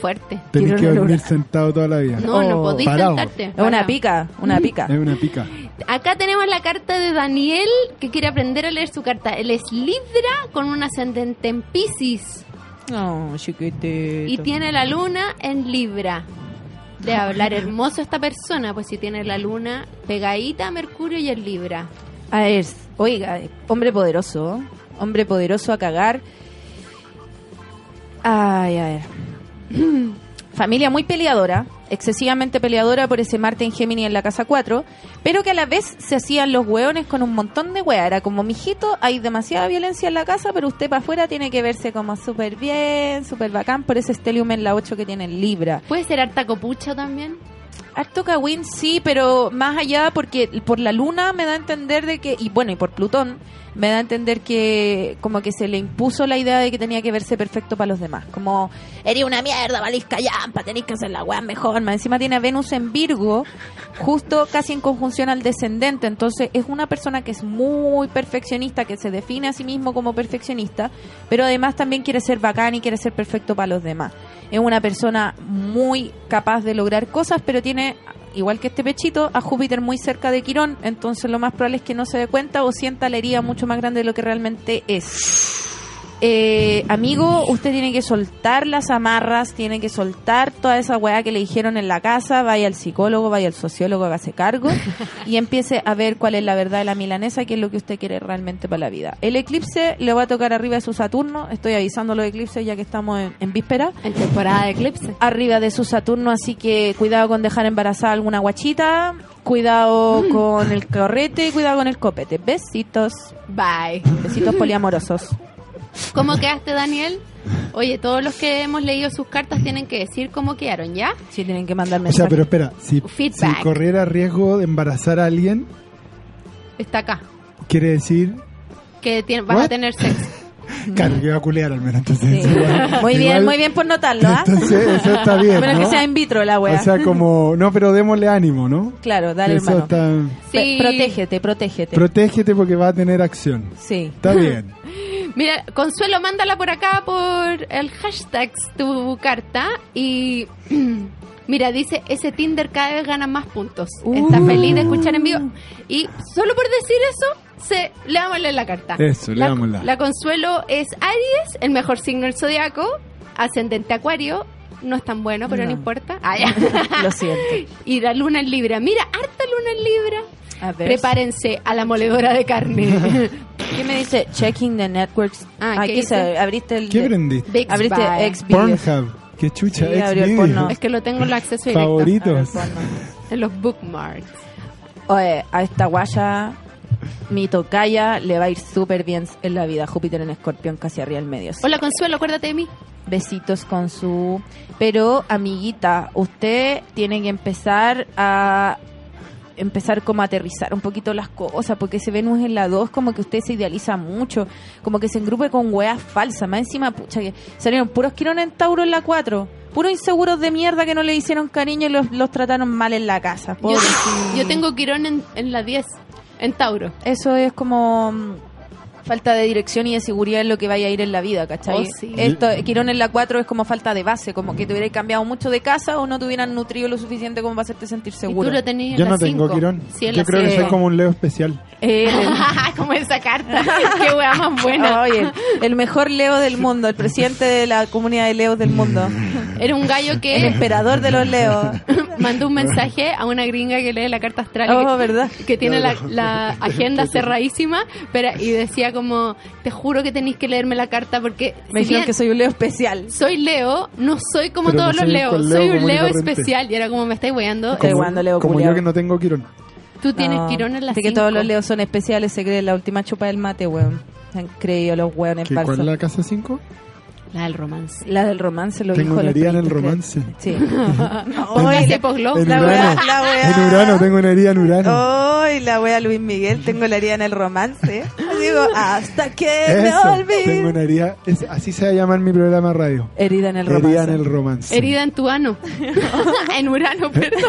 S3: Fuerte.
S2: Tenés
S1: Quirón
S2: que
S1: en
S2: dormir
S1: Urano.
S2: sentado toda la vida.
S3: No, no
S1: Oh.
S3: podéis
S2: Parado.
S3: sentarte.
S1: Es una
S3: parado.
S1: pica, una pica.
S2: Es una pica.
S3: Acá tenemos la carta de Daniel que quiere aprender a leer su carta. Él es Libra con un ascendente en Pisces
S1: No, chiquitito.
S3: y tiene la luna en Libra. De hablar hermoso esta persona, pues si tiene la luna pegadita a Mercurio y en Libra.
S1: A ver, Ah, oiga, hombre poderoso, hombre poderoso a cagar. Ay, a ver. Familia muy peleadora, excesivamente peleadora por ese Marte en Géminis en la casa 4, pero que a la vez se hacían los hueones con un montón de hueá. Era como, mijito, hay demasiada violencia en la casa, pero usted para afuera tiene que verse como súper bien, súper bacán por ese Stellium en la 8 que tiene en Libra.
S3: Puede ser harta copucha también.
S1: Harto Kawin sí, pero más allá porque por la luna me da a entender de que, y bueno, y por Plutón, me da a entender que como que se le impuso la idea de que tenía que verse perfecto para los demás. Como, eres una mierda, valís callampa, tenés que hacer la weá mejor. Más encima tiene a Venus en Virgo, justo casi en conjunción al descendente. Entonces es una persona que es muy perfeccionista, que se define a sí mismo como perfeccionista, pero además también quiere ser bacán y quiere ser perfecto para los demás. Es una persona muy capaz de lograr cosas, pero tiene, igual que este pechito, a Júpiter muy cerca de Quirón, entonces lo más probable es que no se dé cuenta o sienta la herida mucho más grande de lo que realmente es. Eh, amigo, usted tiene que soltar las amarras, tiene que soltar toda esa weá que le dijeron en la casa, vaya al psicólogo, vaya al sociólogo, hágase cargo y empiece a ver cuál es la verdad de la milanesa, qué es lo que usted quiere realmente para la vida. El eclipse le va a tocar arriba de su Saturno, estoy avisando los eclipses ya que estamos en- en víspera
S3: En temporada de eclipse.
S1: arriba de su Saturno, así que cuidado con dejar embarazada alguna guachita, cuidado con el correte y cuidado con el copete. Besitos,
S3: Bye.
S1: besitos poliamorosos.
S3: ¿Cómo quedaste, Daniel? Oye, todos los que hemos leído sus cartas tienen que decir cómo quedaron, ¿ya?
S1: Si tienen que mandarme
S2: O sea, pero espera, si,
S3: Feedback.
S2: si corriera riesgo de embarazar a alguien,
S3: Está acá.
S2: quiere decir
S3: Que tien- vas a
S2: What?
S3: tener sexo.
S2: Claro, que va a culear al menos. Entonces,
S1: Sí.
S2: igual-
S1: Muy bien,
S2: igual-
S1: muy bien por notarlo, ¿ah?
S2: Entonces, eso está bien.
S1: A menos
S2: ¿no?
S1: que sea in vitro la wea.
S2: o sea, como. No, pero démosle ánimo, ¿no?
S1: claro, dale
S2: eso
S1: hermano.
S2: está.
S1: Pe-
S3: Sí.
S1: Protégete, protégete.
S2: Protégete porque va a tener acción.
S1: sí.
S2: Está bien.
S3: Mira, Consuelo, mándala por acá por el hashtag tu carta y mira, dice, ese Tinder cada vez gana más puntos. Está
S1: Uh.
S3: feliz de escuchar en vivo. Y solo por decir eso, se, le vamos a leer la carta.
S2: Eso,
S3: la,
S2: leámosla.
S3: La Consuelo es Aries, el mejor signo del zodiaco, ascendente acuario. No es tan bueno, pero no,
S1: No.
S3: importa. Ah, ya.
S1: Lo siento.
S3: y la luna en Libra. Mira, harta luna en Libra.
S1: A ver.
S3: Prepárense a la moledora de carne.
S1: ¿Qué me dice? Checking the networks.
S3: Ah, ¿qué
S1: Aquí
S3: dice?
S1: se abriste el.
S2: ¿Qué aprendiste?
S3: Big Spy.
S1: Abriste Xvideos.
S2: Pornhub. Qué chucha.
S1: Sí, abrió el
S2: Xvideos.
S1: porno.
S3: Es que lo tengo en acceso directo.
S2: Favoritos.
S3: En los bookmarks.
S1: Oye, a esta guaya, mi tocaya, le va a ir súper bien en la vida. Júpiter en escorpión casi arriba del medio.
S3: Hola Consuelo, acuérdate de mí.
S1: Besitos con su... Pero, amiguita, usted tiene que empezar a empezar como a aterrizar un poquito las cosas, porque ese Venus en la 2 como que usted se idealiza mucho, como que se engrupe con weas falsas, más encima, pucha, que salieron puros quirones en Tauro en la 4, puros inseguros de mierda que no le hicieron cariño y los, los trataron mal en la casa.
S3: Yo,
S1: Pobre, sí.
S3: yo tengo Quirón en, en la 10, en Tauro.
S1: Eso es como mm, falta de dirección y de seguridad en lo que vaya a ir en la vida, ¿cachai?
S3: Oh, sí.
S1: Esto, Quirón en la 4 es como falta de base, como que te hubieras cambiado mucho de casa o no te hubieran nutrido lo suficiente como para hacerte sentir seguro.
S3: Y tú lo tenías en
S2: Yo
S3: la
S2: no tengo
S3: cinco.
S2: Quirón.
S3: Sí, en
S2: Yo
S3: la
S2: creo que
S3: cinco.
S2: soy como un Leo especial.
S1: Eh,
S3: como esa carta. Qué wea más buena.
S1: Oye, el mejor Leo del mundo, el presidente de la comunidad de Leos del mundo,
S3: Era un gallo
S1: el
S3: que
S1: emperador de los Leos.
S3: mandó un mensaje a una gringa que lee la carta astral.
S1: Oh,
S3: que-
S1: ¿verdad?
S3: que tiene la, la agenda cerradísima pero, y decía como, te juro que tenéis que leerme la carta porque
S1: Me
S3: si
S1: dijeron
S3: bien
S1: que soy un Leo especial.
S3: soy Leo, no soy como
S2: Pero
S3: todos
S2: no
S3: los
S2: soy
S3: Leos,
S2: con Leo
S3: soy un
S2: común y
S3: Leo
S2: corriente.
S3: especial y era como me estáis weando.
S1: Qué guando, Leo
S2: como
S1: culiao.
S2: yo que no tengo Quirón.
S3: Tú tienes
S1: No,
S3: Quirón en la
S1: Ah, de que todos
S3: cinco.
S1: los Leos son especiales, se cree la última chupa del mate, weón. Han creído los weones
S2: ¿Qué- ¿Cuál
S1: falsos.
S2: es
S1: La...
S2: la casa 5?
S3: La del romance.
S1: del romance, lo
S2: Tengo
S1: dijo
S2: una
S1: los
S2: herida en el
S1: peritos, creo.
S2: romance.
S1: Sí.
S3: Hola,
S1: Oye,
S3: se pogló.
S2: En
S1: la
S2: Urano.
S1: weá, la Oh, weá.
S2: En Urano, tengo una herida en Urano.
S1: Ay, la wea Luis Miguel, tengo la herida en el romance. Digo, hasta que me
S2: Eso,
S1: olvide.
S2: tengo una herida. es- así se va a llamar mi programa de radio.
S1: Herida en el romance.
S2: Herida en el romance.
S3: Herida en tu ano. en Urano, perdón.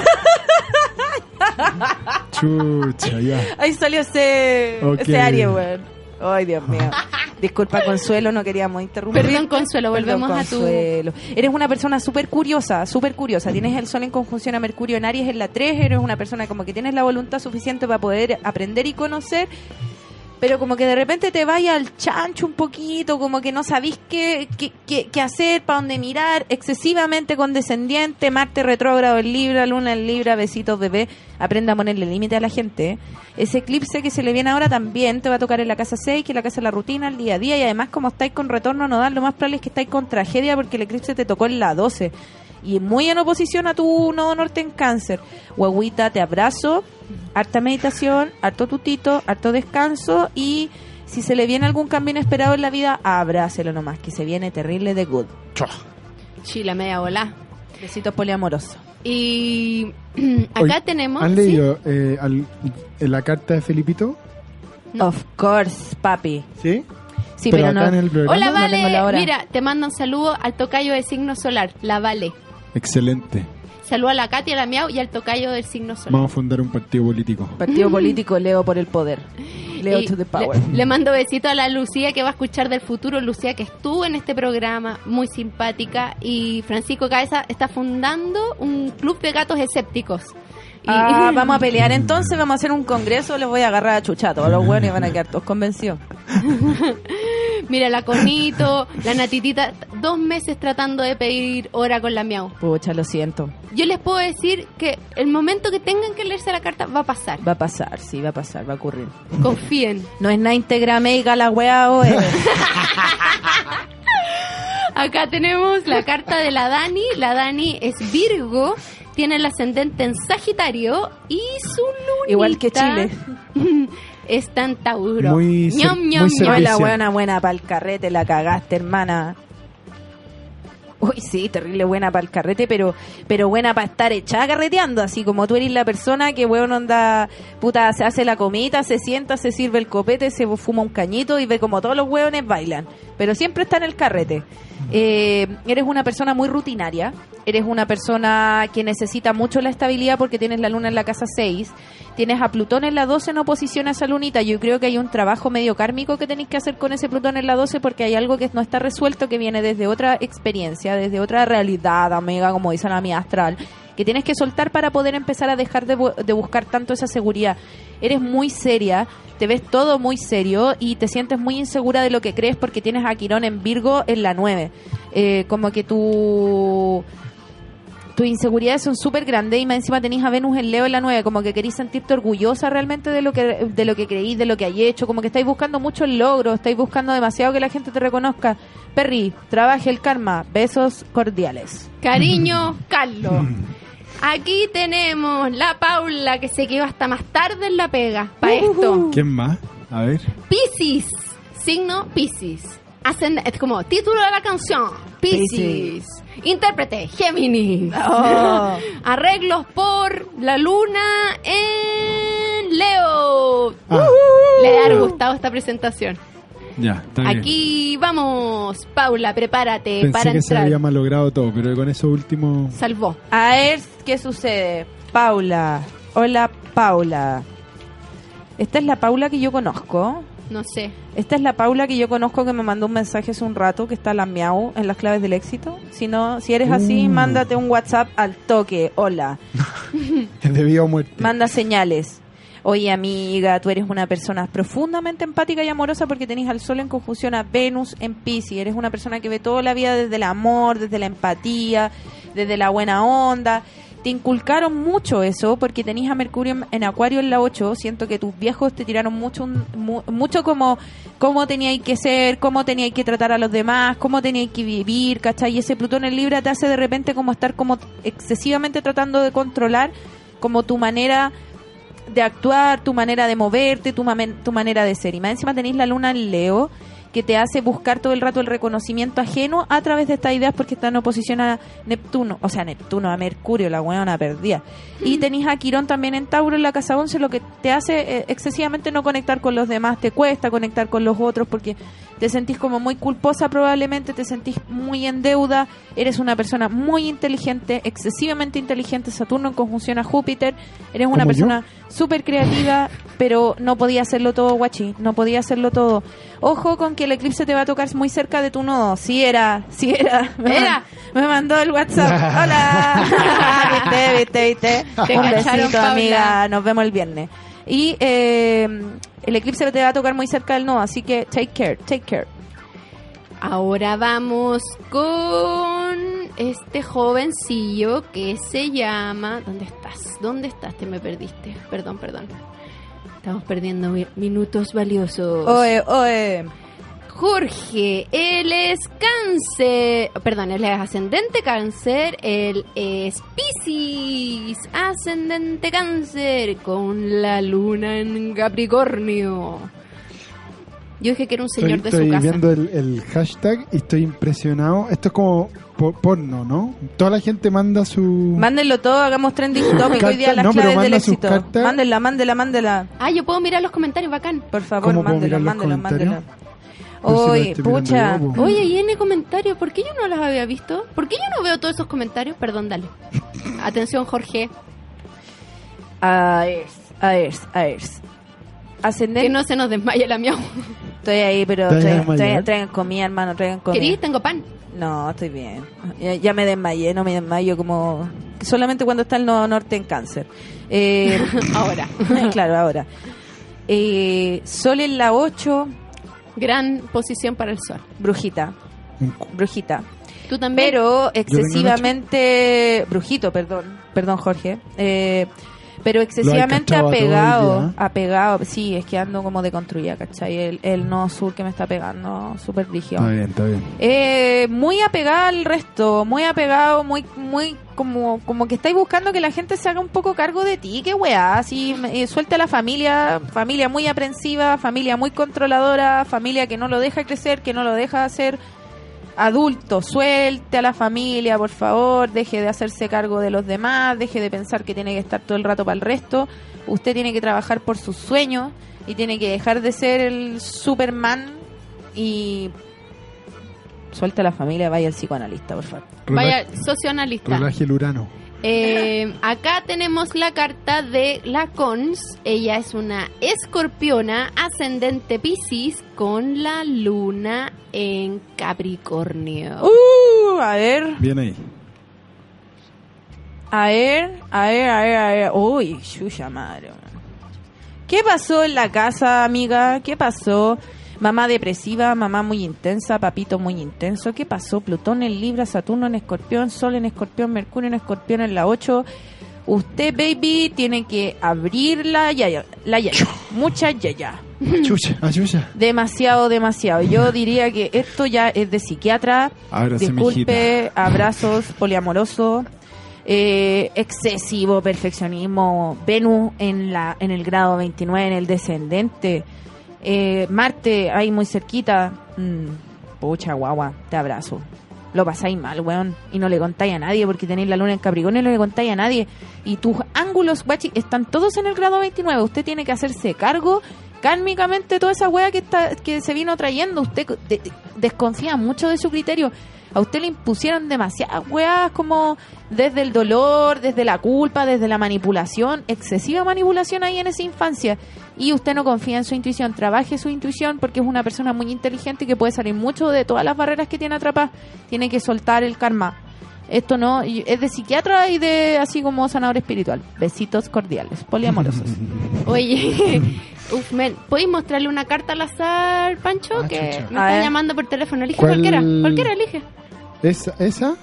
S2: Chucha, ya.
S1: Ahí salió ese,
S2: Ok.
S1: ese Aries, weón. Ay, Dios mío. Disculpa, Consuelo, no queríamos interrumpir.
S3: Perdón, Consuelo, volvemos a tu-
S1: a tu... Eres una persona súper curiosa, súper curiosa. Tienes el sol en conjunción a Mercurio en Aries en la 3, eres una persona como que tienes la voluntad suficiente para poder aprender y conocer, pero como que de repente te vaya al chancho un poquito, como que no sabís qué, qué, qué- qué hacer, para dónde mirar, excesivamente condescendiente, Marte retrógrado en Libra, Luna en Libra, besitos bebé, aprenda a ponerle límite a la gente. ¿eh? Ese eclipse que se le viene ahora también te va a tocar en la casa 6, que es la casa de la rutina, el día a día, y además como estáis con retorno nodal, lo más probable es que estáis con tragedia porque el eclipse te tocó en la 12. Y muy en oposición a tu nodo norte en cáncer. Guaguita, te abrazo harta meditación, harto tutito, harto descanso y si se le viene algún cambio inesperado en la vida, abrácelo nomás, que se viene terrible de good.
S3: Sí, la media bola.
S1: Besitos poliamoroso.
S3: Y acá
S2: Oye,
S3: tenemos...
S2: ¿Han
S3: ¿sí?
S2: leído eh, al- en la carta de Felipito?
S3: No.
S1: Of course, papi.
S2: Sí.
S1: Sí,
S2: pero,
S1: pero,
S2: acá en
S1: no.
S2: el programa.
S3: Hola,
S1: No tengo
S3: Vale.
S1: la hora.
S3: Mira, te mandan saludos al tocayo de signo solar, la Vale.
S2: Excelente.
S3: Saludos a la Katia, a la Miau y al tocayo del signo solar.
S2: Vamos a fundar un partido político.
S1: Partido político, Leo por el poder. Leo
S3: Y
S1: to the
S3: le-
S1: power.
S3: Le, mando besito a la Lucía que va a escuchar del futuro. Lucía que estuvo en este programa, muy simpática. Y Francisco Cabeza está fundando un club de gatos escépticos. Y-
S1: Ah, vamos a pelear entonces, vamos a hacer un congreso, los voy a agarrar a chuchato, a los buenos y van a quedar todos convencidos.
S3: Mira, la Conito, la Natitita, dos meses tratando de pedir hora con la Miau.
S1: Pucha, lo siento.
S3: Yo les puedo decir que el momento que tengan que leerse la carta va a pasar.
S1: Va a pasar, sí, va a pasar, va a ocurrir.
S3: Confíen.
S1: No es nada Instagraméica la weá, oe.
S3: Acá tenemos la carta de la Dani. La Dani es Virgo, tiene el ascendente en Sagitario y su lunita
S1: Igual que Chile.
S3: es tan Tauro.
S2: Muy ser-
S3: ñam, ñam,
S2: muy
S3: ñam.
S1: No, la
S2: Servicio.
S1: buena, buena pa'l carrete, la cagaste, hermana. Uy, sí, terrible buena pa'l carrete, pero, pero buena para estar echada carreteando, así como tú eres la persona que, weón, onda, puta, se hace la comida, se sienta, se sirve el copete, se fuma un cañito y ve como todos los weones bailan. Pero siempre está en el carrete. Eh, eres una persona muy rutinaria, eres una persona que necesita mucho la estabilidad porque tienes la luna en la casa 6, tienes a Plutón en la 12 en oposición a esa lunita. Yo creo que hay un trabajo medio kármico que tenéis que hacer con ese Plutón en la 12 porque hay algo que no está resuelto que viene desde otra experiencia, desde otra realidad, amiga, como dice la mía astral, que tienes que soltar para poder empezar a dejar de, bu- de buscar tanto esa seguridad. Eres muy seria, te ves todo muy serio y te sientes muy insegura de lo que crees porque tienes a Quirón en Virgo en la 9. Eh, como que tu tus inseguridades son súper grandes y más encima tenéis a Venus en Leo en la 9, como que queréis sentirte orgullosa realmente de lo que de lo que creís, de lo que hay hecho, como que estáis buscando mucho el logro, estáis buscando demasiado que la gente te reconozca. Perry, trabaje el karma, besos cordiales.
S3: Cariño, Carlos.
S2: Mm.
S3: Aquí tenemos la Paula que se quedó hasta más tarde en la pega. Para esto.
S2: ¿Quién más? A ver.
S3: Piscis, signo Piscis. Ascend- es como título de la canción. Pisces. Intérprete, Géminis. Arreglos por la luna en Leo.
S2: Ah,
S3: Le ha de haber gustado esta presentación.
S4: Ya, está bien.
S3: Aquí vamos, Paula, prepárate
S2: pensé
S3: para
S2: que se había
S3: entrar.
S2: malogrado todo, pero con eso último.
S3: Salvó.
S1: A ver qué sucede. Paula. Hola, Paula. Esta es la Paula que yo conozco.
S3: No sé.
S1: Esta es la Paula que yo conozco que me mandó un mensaje hace un rato que está la miau en las claves del éxito. Si no, si eres así,
S2: Uh.
S1: mándate un WhatsApp al toque. Hola.
S2: Es de vida o muerte.
S1: Manda señales. Oye, amiga, tú eres una persona profundamente empática y amorosa porque tenés al sol en conjunción a Venus en Pisces. Eres una persona que ve toda la vida desde el amor, desde la empatía, desde la buena onda. Te inculcaron mucho eso porque tenés a Mercurio en, en Acuario en la 8. Siento que tus viejos te tiraron mucho un- mu- mucho como cómo teníais que ser, cómo teníais que tratar a los demás, cómo teníais que vivir, ¿cachai? Y ese Plutón en Libra te hace de repente como estar como excesivamente tratando de controlar como tu manera de actuar, tu manera de moverte, tu, mamen- tu manera de ser. Y más encima tenéis la luna en Leo, que te hace buscar todo el rato el reconocimiento ajeno a través de estas ideas porque está en oposición a Neptuno, o sea, a Neptuno, a Mercurio, la hueona perdida. Y tenéis a Quirón también en Tauro, en la casa 11, lo que te hace eh, excesivamente no conectar con los demás, te cuesta conectar con los otros porque te sentís como muy culposa probablemente, te sentís muy en deuda, eres una persona muy inteligente, excesivamente inteligente, Saturno en conjunción a Júpiter, eres una
S2: ¿Como yo?
S1: persona súper creativa, pero no podía hacerlo todo, guachi, no podía hacerlo todo. Ojo con que el eclipse te va a tocar muy cerca de tu nodo, si era, si era, me,
S3: Era.
S1: man- me mandó el WhatsApp, hola, viste, viste, viste,
S3: Te
S1: un
S3: cacharon,
S1: besito
S3: Paula.
S1: amiga, nos vemos el viernes. Y eh, el eclipse te va a tocar muy cerca del nodo, así que take care, take care.
S3: Ahora vamos con este jovencillo que se llama. ¿Dónde estás? ¿Dónde estás? Te me perdiste. Perdón, perdón. Estamos perdiendo mi- minutos valiosos.
S1: Oe, oe.
S3: Jorge, él es cáncer, perdón, él es ascendente cáncer, él es Piscis, ascendente cáncer, con la luna en Capricornio. Yo dije que era un señor de
S2: estoy,
S3: su
S2: estoy
S3: casa.
S2: viendo el, el hashtag y estoy impresionado. Esto es como po- porno, ¿no? Toda la gente manda su.
S1: Mándenlo todo, hagamos trending topic hoy día
S2: Carta-
S1: las
S2: no, pero
S1: claves del
S2: manda sus
S1: éxito.
S2: cartas.
S1: Mándela, mándela, mándela.
S3: Ah, yo puedo mirar los comentarios, bacán.
S1: Por favor,
S2: ¿Cómo puedo
S1: mándelo,
S2: mirar los
S1: mándelo, mándelo.
S2: comentarios? Pues si lo
S1: Oye,
S2: estoy mirando
S1: pucha.
S2: yo, po.
S3: Oye, y en el comentario, ¿por qué yo no los había visto? ¿Por qué yo no veo todos esos comentarios? Perdón, dale. Atención, Jorge,
S1: A ver, a ver, a ver. Ascendente.
S3: que no se nos desmaye la miau.
S1: Estoy ahí, pero
S2: ¿Te vas a
S1: traigan,
S2: desmayar?
S1: traigan- traigan comida, hermano, traigan comida.
S3: ¿Querís? Tengo pan.
S1: No, estoy bien. Ya, ya me desmayé, no me desmayo como... Solamente cuando está el Nodo Norte en cáncer. Eh,
S3: Ahora.
S1: claro, ahora. Eh, sol en la 8,
S3: Gran posición para el sol.
S1: brujita, brujita.
S3: Tú también.
S1: Pero
S2: vengo en
S1: excesivamente... Brujito, perdón. Perdón, Jorge. Eh, pero excesivamente
S2: cachado a todo el
S1: apegado,
S2: día,
S1: apegado, sí, es que ando como de construida, ¿cachai? El, el nodo sur que me está pegando, súper rígido.
S2: Está bien, está bien.
S1: Eh, muy apegada al resto, muy apegado, muy, muy como, como que estáis buscando que la gente se haga un poco cargo de ti, qué weá, así eh, suelta a la familia, familia muy aprensiva, familia muy controladora, familia que no lo deja crecer, que no lo deja hacer adulto, suelte a la familia, por favor, deje de hacerse cargo de los demás, deje de pensar que tiene que estar todo el rato para el resto, usted tiene que trabajar por sus sueños y tiene que dejar de ser el Superman y suelta a la familia, vaya al psicoanalista, por favor.
S3: Vaya,
S2: Relaje,
S3: socioanalista.
S2: relaje el urano.
S3: Eh, acá tenemos la carta de la Cons. Ella es una escorpiona ascendente Piscis con la luna en Capricornio.
S1: Uh, a ver,
S2: Bien ahí.
S1: a ver, a ver, a ver, a ver. Uy, suya madre. ¿Qué pasó en la casa, amiga? ¿Qué pasó? Mamá depresiva, mamá muy intensa, papito muy intenso. ¿Qué pasó? Plutón en Libra, Saturno en Escorpión, Sol en Escorpión, Mercurio en Escorpión en la 8. Usted, baby, tiene que abrir la yaya. La yaya. Mucha yaya.
S2: Chucha, ayuya.
S1: Demasiado, demasiado. Yo diría que esto ya es de psiquiatra.
S4: Ahora sí, mijita.
S1: Disculpe, abrazos, poliamoroso, eh, excesivo perfeccionismo, Venus en la en el grado 29, en el descendente, eh, Marte ahí muy cerquita, mm, pucha guagua, te abrazo. lo pasáis mal, weón. Y no le contáis a nadie porque tenéis la luna en Capricornio y no le contáis a nadie. Y tus ángulos, guachi, están todos en el grado 29. Usted tiene que hacerse cargo kármicamente toda esa wea que, está, que se vino trayendo. Usted de- de- desconfía mucho de su criterio. A usted le impusieron demasiadas weas como desde el dolor, desde la culpa, desde la manipulación, excesiva manipulación ahí en esa infancia. Y usted no confía en su intuición, trabaje su intuición porque es una persona muy inteligente que puede salir mucho de todas las barreras que tiene atrapadas. Tiene que soltar el karma. Esto no, y- es de psiquiatra y de así como sanador espiritual. Besitos cordiales, poliamorosos.
S3: Oye, uf, men, ¿podéis mostrarle una carta al azar, Pancho?
S2: Ah,
S3: que
S2: chucha.
S3: me
S1: A
S3: están
S1: ver.
S3: llamando por teléfono. Elige
S2: ¿Cuál-
S3: cualquiera, cualquiera elige.
S2: ¿Esa? ¿Esa?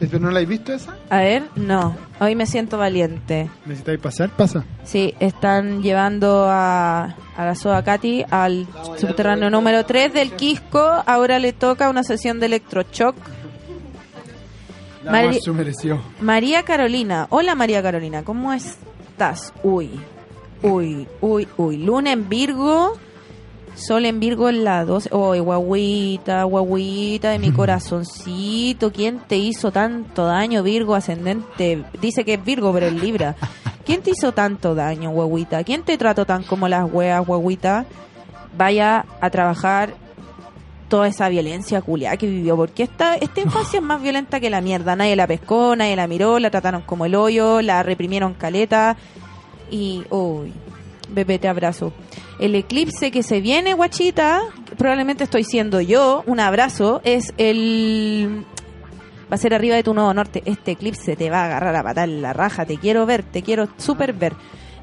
S2: ¿Es- pero ¿No la habéis visto esa?
S1: A ver, no, hoy me siento valiente.
S2: ¿Necesitáis pasar? Pasa.
S1: Sí, están llevando a, a la Soda Katy al subterráneo número 3 del Quisco. Ahora le toca una sesión de electrochoc.
S2: La
S1: Madre-
S2: más se mereció.
S1: María Carolina. Hola María Carolina, ¿cómo estás? Uy, uy, uy, uy. Luna en Virgo, Sol en Virgo en la 12. Uy, guaguita, guaguita de mi corazoncito. ¿Quién te hizo tanto daño, Virgo ascendente? Dice que es Virgo, pero es Libra. ¿Quién te hizo tanto daño, guaguita? ¿Quién te trató tan como las weas, guaguita? Vaya a trabajar toda esa violencia culiada que vivió, porque esta, esta infancia es más violenta que la mierda. Nadie la pescó, nadie la miró, la trataron como el hoyo, la reprimieron caleta. Y, uy, bebé, te abrazo. El eclipse que se viene, guachita, que probablemente estoy siendo yo, un abrazo, es el. Va a ser arriba de tu nodo norte. Este eclipse te va a agarrar a patar la raja. Te quiero ver, te quiero súper ver.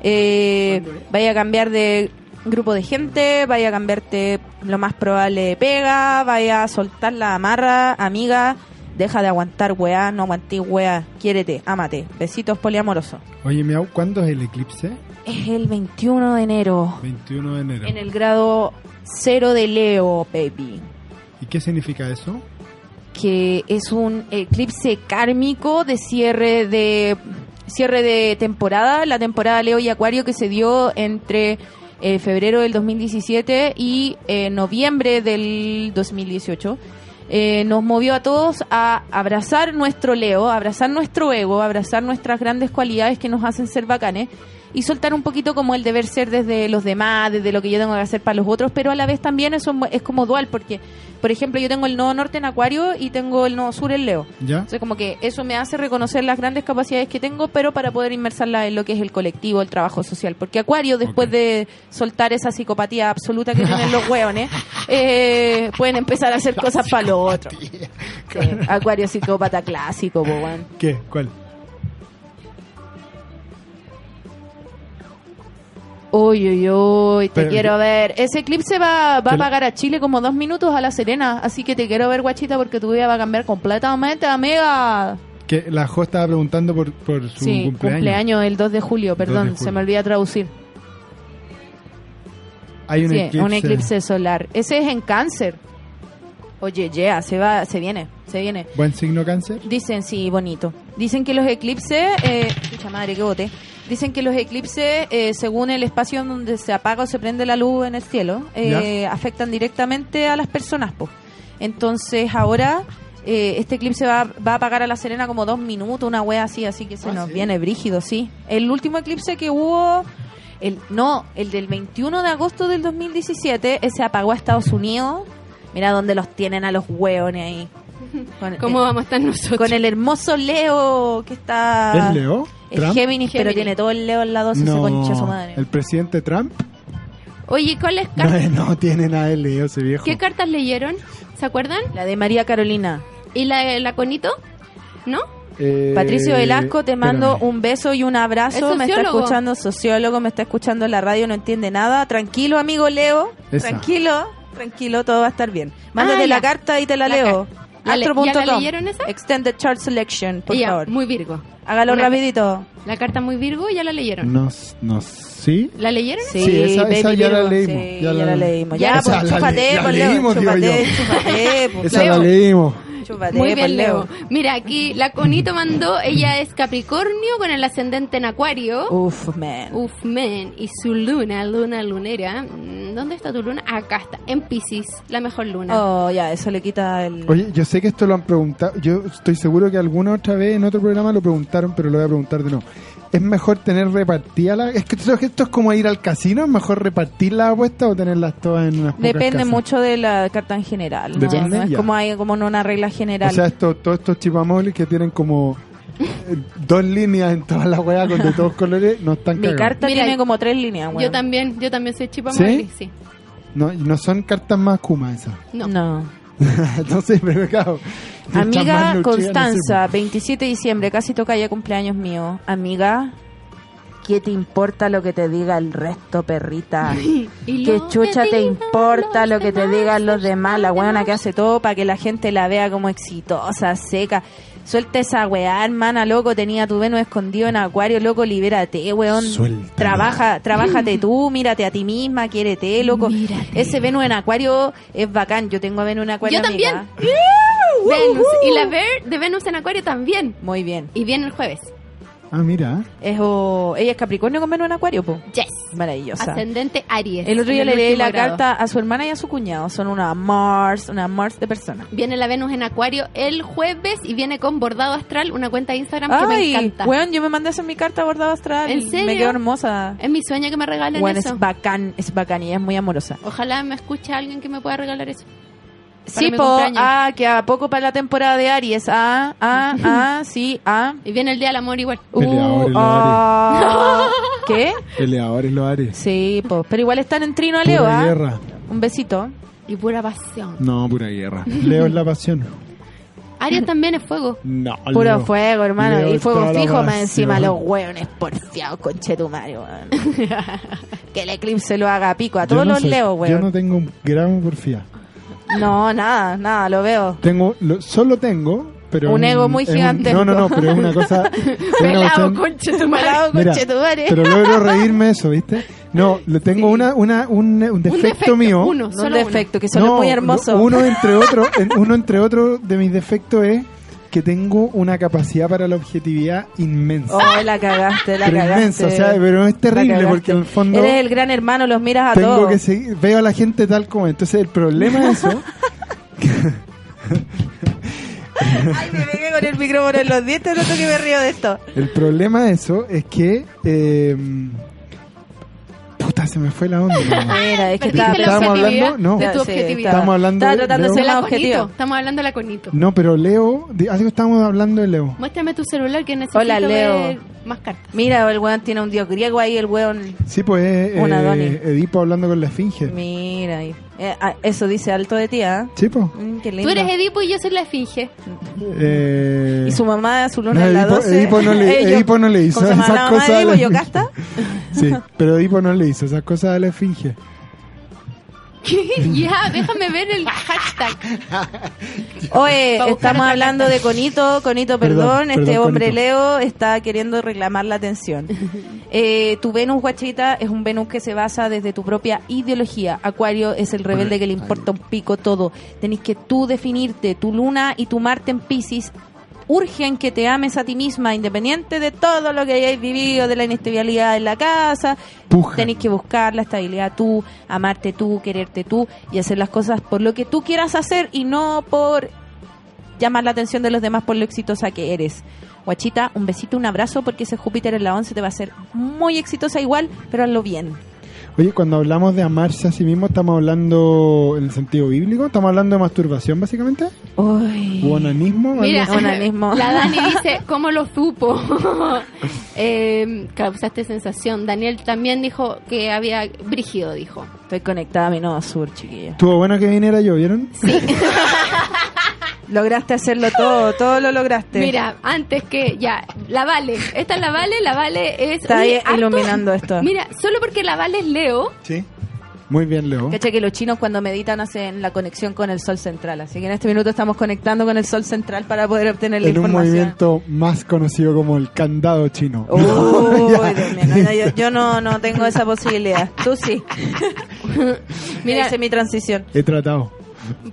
S1: Eh, vaya a cambiar de grupo de gente, vaya a cambiarte lo más probable de pega, vaya a soltar la amarra, amiga. Deja de aguantar, weá, no aguantís, weá. Quiérete, ámate. Besitos poliamorosos.
S2: Oye, Miau, ¿cuándo es el eclipse?
S1: Es el 21 de enero.
S2: 21 de enero.
S1: En el grado cero de Leo, baby.
S2: ¿Y qué significa eso?
S1: Que es un eclipse kármico de cierre de cierre de temporada, la temporada Leo y Acuario que se dio entre eh, febrero del 2017 y eh, noviembre del 2018. eh, nos movió a todos a abrazar nuestro Leo, abrazar nuestro ego, abrazar nuestras grandes cualidades que nos hacen ser bacanes y soltar un poquito como el deber ser desde los demás, desde lo que yo tengo que hacer para los otros, pero a la vez también eso es como dual, porque, por ejemplo, yo tengo el nodo norte en Acuario y tengo el nodo sur en Leo.
S2: ¿Ya?
S1: Entonces, como que eso me hace reconocer las grandes capacidades que tengo, pero para poder inmersarla en lo que es el colectivo, el trabajo social. Porque Acuario, después
S4: Ok.
S1: de soltar esa psicopatía absoluta que tienen los hueones, eh, pueden empezar a hacer cosas para los otros. Sí, Acuario psicópata clásico, po, weón.
S2: ¿Qué? ¿Cuál?
S1: Uy, uy, uy, te
S2: Pero-
S1: quiero ver. Ese eclipse va, va
S2: Que
S1: a
S2: la-
S1: pagar a Chile como dos minutos a La Serena, así que te quiero ver, guachita, porque tu vida va a cambiar completamente, amiga.
S2: Que la Jo estaba preguntando por, por su
S1: sí,
S2: cumpleaños.
S1: el 2 de julio, perdón,
S2: julio.
S1: se me olvida traducir.
S2: Hay un,
S1: Sí,
S2: eclipse.
S1: un eclipse solar. Ese es en cáncer. Oye, yeah, se va, se viene, se viene.
S2: ¿Buen signo cáncer?
S1: Dicen, sí, bonito. Dicen que los eclipses, eh, pucha madre, qué bote. Dicen que los eclipses, eh, según el espacio en donde se apaga o se prende la luz en el cielo, eh, afectan directamente a las personas. po. Entonces ahora eh, este eclipse va, va a apagar a la Serena como dos minutos, una wea así, así que se
S2: Ah,
S1: nos
S2: ¿sí?
S1: viene brígido, sí. El último eclipse que hubo, el no, el del 21 de agosto del 2017, ese eh, apagó a Estados Unidos. Mira dónde los tienen a los hueones ahí. Con-
S3: ¿Cómo vamos a estar nosotros?
S1: con el hermoso Leo que está.
S2: ¿Es Leo?
S1: Es Géminis, pero
S3: Géminis.
S1: tiene todo el Leo al lado, ese concha su madre.
S2: ¿El presidente Trump?
S3: Oye, ¿cuáles
S2: No,
S3: cartas?
S2: no tiene nada de Leo ese viejo.
S3: ¿Qué cartas leyeron? ¿Se acuerdan?
S1: La de María Carolina.
S3: ¿Y la de la Conito? ¿No?
S2: Eh,
S1: Patricio Velasco, te mando
S2: espérame.
S1: un beso y un abrazo.
S3: Es
S1: Me está
S3: sociólogo.
S1: escuchando sociólogo, me está escuchando en la radio, no entiende nada. Tranquilo, amigo Leo.
S2: Esa.
S1: Tranquilo, tranquilo, todo va a estar bien. Mándate
S3: Ah,
S1: la
S3: ya.
S1: carta y te la,
S3: La
S1: leo.
S3: ¿Ya le-
S1: Astro.com.
S3: ya la leyeron esa?
S1: Extended chart selection, Eh, por
S3: Ella,
S1: favor.
S3: muy Virgo.
S1: Hágalo
S3: Una-
S1: rapidito.
S3: La carta muy Virgo, ya la leyeron.
S2: Nos, nos, ¿sí?
S3: ¿La leyeron?
S2: Sí, esa-
S1: Baby
S2: esa ya la
S1: Virgo,
S2: leímos,
S1: sí,
S2: ya
S1: ya
S2: la-
S1: la leímos. Ya,
S2: Esa
S1: pues,
S2: la
S1: chúpate,
S2: le- la
S1: pues, Leo,
S2: leímos, digo
S1: chúpate,
S2: yo.
S1: chúpate, pues.
S2: Esa la leímos.
S1: Chúpate,
S3: Muy
S1: pues,
S3: bien, Leo. Mira, aquí la Conito mandó, ella es Capricornio con el ascendente en Acuario.
S1: Uf, man.
S3: Uf, men, y su luna, luna lunera. mm, ¿Dónde está tu luna? Acá está, en Pisces, la mejor luna.
S1: Oh, ya, eso le quita el...
S2: Oye, yo sé que esto lo han preguntado, yo estoy seguro que alguna otra vez en otro programa lo preguntaron, pero lo voy a preguntar de nuevo. ¿Es mejor tener repartida la... Es que tú sabes que esto es como ir al casino, ¿es mejor repartir las apuestas o tenerlas todas en una
S1: Depende mucho de la carta en general. ¿no?
S2: Depende,
S1: No es
S2: ya.
S1: como hay como en una regla general.
S2: O sea, esto, todos estos chipamoles que tienen como eh, dos líneas en todas las weas con de todos colores, no están
S1: Mi
S2: cagados.
S1: carta
S3: Mira,
S1: tiene como tres líneas,
S3: Yo
S1: weón.
S3: también, yo también soy chipa
S2: ¿Sí?
S3: Morley, sí.
S2: No, y no son cartas más Kuma esas.
S3: No.
S1: No.
S2: Entonces, pero claro, muchas más
S1: Amiga
S2: luchas,
S1: Constanza,
S2: no sé,
S1: 27 de diciembre, casi toca ya cumpleaños mío. Amiga, ¿qué te importa lo que te diga el resto, perrita?
S3: Y
S1: ¿Qué
S3: lo
S1: chucha te
S3: digan
S1: importa
S3: los
S1: lo que te
S3: demás,
S1: digan los demás? La
S3: los
S1: weona que
S3: demás.
S1: hace todo para que la gente la vea como exitosa, seca. Suelta esa weá, hermana, loco. Tenía tu Venus escondido en acuario, loco. Libérate, weón.
S2: Suéltala.
S1: Trabaja, trabájate tú, mírate a ti misma, quiérete, loco. Ese Venus en acuario es bacán. Yo tengo a Venus en acuario.
S3: Yo también.
S1: amiga. uh,
S3: Venus. Y la Ver de Venus en Acuario también.
S1: Muy bien.
S3: Y viene el jueves.
S2: Ah, mira.
S1: Es, o- ella es Capricornio con Venus en acuario, po.
S3: Yes.
S1: Maravillosa.
S3: Ascendente Aries.
S1: El otro día
S3: en
S1: le leí
S3: último
S1: la
S3: grado.
S1: carta a su hermana y a su cuñado. Son una Mars, una Mars de persona.
S3: Viene la Venus en Acuario el jueves y viene con bordado astral, una cuenta de Instagram que me
S1: Ay,
S3: encanta.
S1: weón, yo me mandé a hacer mi carta bordado astral.
S3: ¿En
S1: y
S3: serio?
S1: Me quedó hermosa.
S3: Es mi sueño que me regalen
S1: Weón,
S3: eso.
S1: es bacán, es bacán y es muy amorosa.
S3: Ojalá me escuche alguien que me pueda regalar eso.
S1: Sí,
S3: mi
S1: po,
S3: cumpleaños.
S1: ah, que a poco para la temporada de Aries. Ah, ah, ah, sí, ah. Uh,
S3: Y viene el Día del Amor igual.
S2: Peleadores los
S1: ah. ¿Qué?
S2: Peleadores los Aries.
S1: Sí, po, pero igual están en trino a Leo,
S2: Pura
S1: ah.
S2: guerra.
S1: Un besito.
S3: Y pura pasión.
S4: No, pura guerra.
S2: Leo es la pasión.
S3: Aries también es fuego.
S2: No,
S1: Puro
S2: Leo.
S1: fuego, hermano.
S2: Leo
S1: y fuego
S2: toda la
S1: fijo más
S2: pasión.
S1: encima, los hueones porfiados, conchetumario, weón. que el eclipse lo haga pico a
S2: Yo
S1: todos
S2: no
S1: los
S2: soy-
S1: Leo,
S2: Yo
S1: weón.
S2: no tengo un gramo porfía.
S1: no, nada, nada, lo veo.
S2: Tengo, lo- solo tengo, pero.
S1: Un ego muy
S2: es un-
S1: gigantesco.
S2: no, no, no, pero es una cosa. es una
S3: Pelado,
S2: cuestión-
S3: conche tu madre.
S1: Pelado,
S2: Mira,
S1: conchetumare.
S2: pero logro reírme eso, ¿viste? No, lo tengo una, una, un, un defecto
S3: Un defecto,
S2: mío.
S3: Uno,
S1: No un
S3: solo uno.
S1: defecto, que son
S2: No,
S1: muy hermosos.
S2: Uno entre otro, en- uno entre otro de mis defectos es que tengo una capacidad para la objetividad inmensa.
S1: Oh, la cagaste, la
S2: pero
S1: cagaste.
S2: inmensa, o sea, pero es
S1: La
S2: terrible
S1: cagaste.
S2: porque en el fondo
S1: Eres el gran hermano, los miras a
S2: tengo
S1: todos.
S2: que seguir, veo a la gente tal como. es. Entonces el problema de eso
S1: Ay, me pegué con el micrófono en los dientes, no que me río de esto.
S2: El problema de eso es que. eh, puta, se me fue la onda.
S1: Mira, es que
S3: Perdiste
S1: estaba...
S3: la
S2: ¿Estábamos
S3: objetividad
S2: hablando? No.
S3: de tu
S1: Sí,
S3: objetividad.
S2: Estamos hablando
S1: Estaba
S2: de
S1: tratando de
S2: Leo.
S3: De
S1: ser más
S3: la
S1: objetivo.
S3: Conito. Estamos hablando de la Conito.
S2: No, pero Leo. di- Algo estábamos hablando de Leo.
S3: Muéstrame tu celular que necesito
S1: Hola, Leo.
S3: ver más cartas.
S1: Mira, el weón tiene un dios griego ahí, el weón...
S2: Sí, pues es eh,
S1: Una Doni.
S2: Edipo hablando con la esfinge.
S1: Mira, ahí. Eh, ah, eso dice alto de ti, ¿ah?
S2: Sí, pues.
S1: Mm, qué
S3: Tú
S1: lindo.
S3: eres Edipo y yo soy la Esfinge.
S2: Eh,
S1: Y su mamá, su luna
S2: No,
S1: en la
S2: Edipo-
S1: 12.
S2: Edipo no le-
S1: Ellos-
S2: Edipo no le hizo
S1: ¿Cómo se llama
S2: esas
S1: la mamá
S2: cosas
S1: de
S2: a la-
S1: Edipo? ¿Yocasta?
S2: Sí, pero Edipo no le hizo esas cosas a la esfinge.
S3: ya, déjame ver el hashtag.
S1: Oye,
S3: Pa' buscar
S1: estamos
S3: otra
S1: hablando de Conito, Conito, perdón,
S2: Perdón,
S1: este
S2: perdón,
S1: hombre
S2: Conito.
S1: Leo está queriendo reclamar la atención. Eh, tu Venus guachita es un Venus que se basa desde tu propia ideología. Acuario es el rebelde que le importa un pico todo. Tenés que tú definirte, tu luna y tu Marte en Pisces urgen que te ames a ti misma, independiente de todo lo que hayáis vivido, de la inestabilidad en la casa.
S2: Puja.
S1: Tenéis que buscar la estabilidad tú, amarte tú, quererte tú y hacer las cosas por lo que tú quieras hacer y no por llamar la atención de los demás por lo exitosa que eres. Guachita, un besito, un abrazo, porque ese Júpiter en la 11 te va a hacer muy exitosa igual, pero hazlo bien.
S2: Oye, cuando hablamos de amarse a sí mismo, ¿estamos hablando en el sentido bíblico? ¿Estamos hablando de masturbación, básicamente?
S1: Uy.
S2: ¿O onanismo? algo
S3: Mira,
S2: así?
S1: Onanismo.
S3: la Dani dice, ¿cómo lo supo? eh, causaste sensación. Daniel también dijo que había... Brígido dijo.
S1: Estoy conectada a mi nodo sur, chiquilla.
S2: Estuvo bueno que viniera yo, ¿vieron?
S1: Lograste hacerlo todo, todo lo lograste.
S3: Mira, antes que ya, la Vale, esta es la Vale, la Vale es...
S1: Está
S3: Oye,
S1: ahí
S3: harto-
S1: iluminando esto.
S3: Mira, solo porque la Vale es Leo,
S2: Sí. Muy bien, Leo.
S1: Cacha que los chinos cuando meditan hacen la conexión con el sol central, así que en este minuto estamos conectando con el sol central para poder obtener la
S2: en un
S1: información.
S2: movimiento más conocido como el candado chino.
S1: Uy, Dios mío, no, no, yo, yo no, no tengo esa posibilidad. Tú sí.
S3: Mira.
S1: Mira, hice mi transición.
S2: He tratado.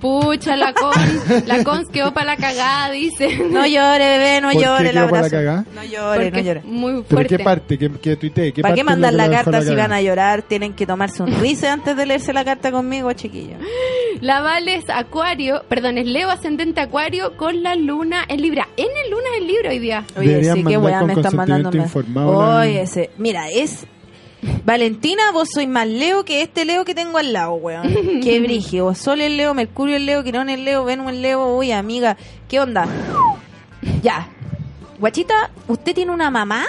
S3: Pucha, la cons, la cons quedó para la cagada, dice.
S1: No llore, bebé, no
S2: ¿Por qué
S1: llore, el
S2: quedó para la
S1: abrazo.
S2: cagada?
S1: No llore,
S3: Porque
S1: no llore.
S3: es muy
S2: ¿Pero
S3: fuerte.
S2: qué parte? ¿Qué, qué tuiteé? ¿Qué
S1: ¿Para
S2: parte
S1: qué
S2: es lo
S1: mandar
S2: que
S1: la
S2: lo dejó
S1: carta si
S2: cagada?
S1: van a llorar? Tienen que tomarse un rice antes de leerse la carta conmigo, chiquillos.
S3: La Val es Acuario, perdón, es Leo ascendente Acuario con la luna en Libra. En el luna en Libra hoy día.
S1: Oye,
S2: Deberían
S1: sí, qué
S2: mandar
S1: weá
S2: con
S1: me están mandando.
S2: consentimiento informado la-
S1: Oye, ese. Mira, es. Valentina, vos sois más Leo que este Leo que tengo al lado, weón. Qué brígido. Vos Sol es Leo, Mercurio es Leo, Quirón es Leo, Venus es Leo. Uy, amiga, ¿qué onda? Ya. Guachita, usted tiene una mamá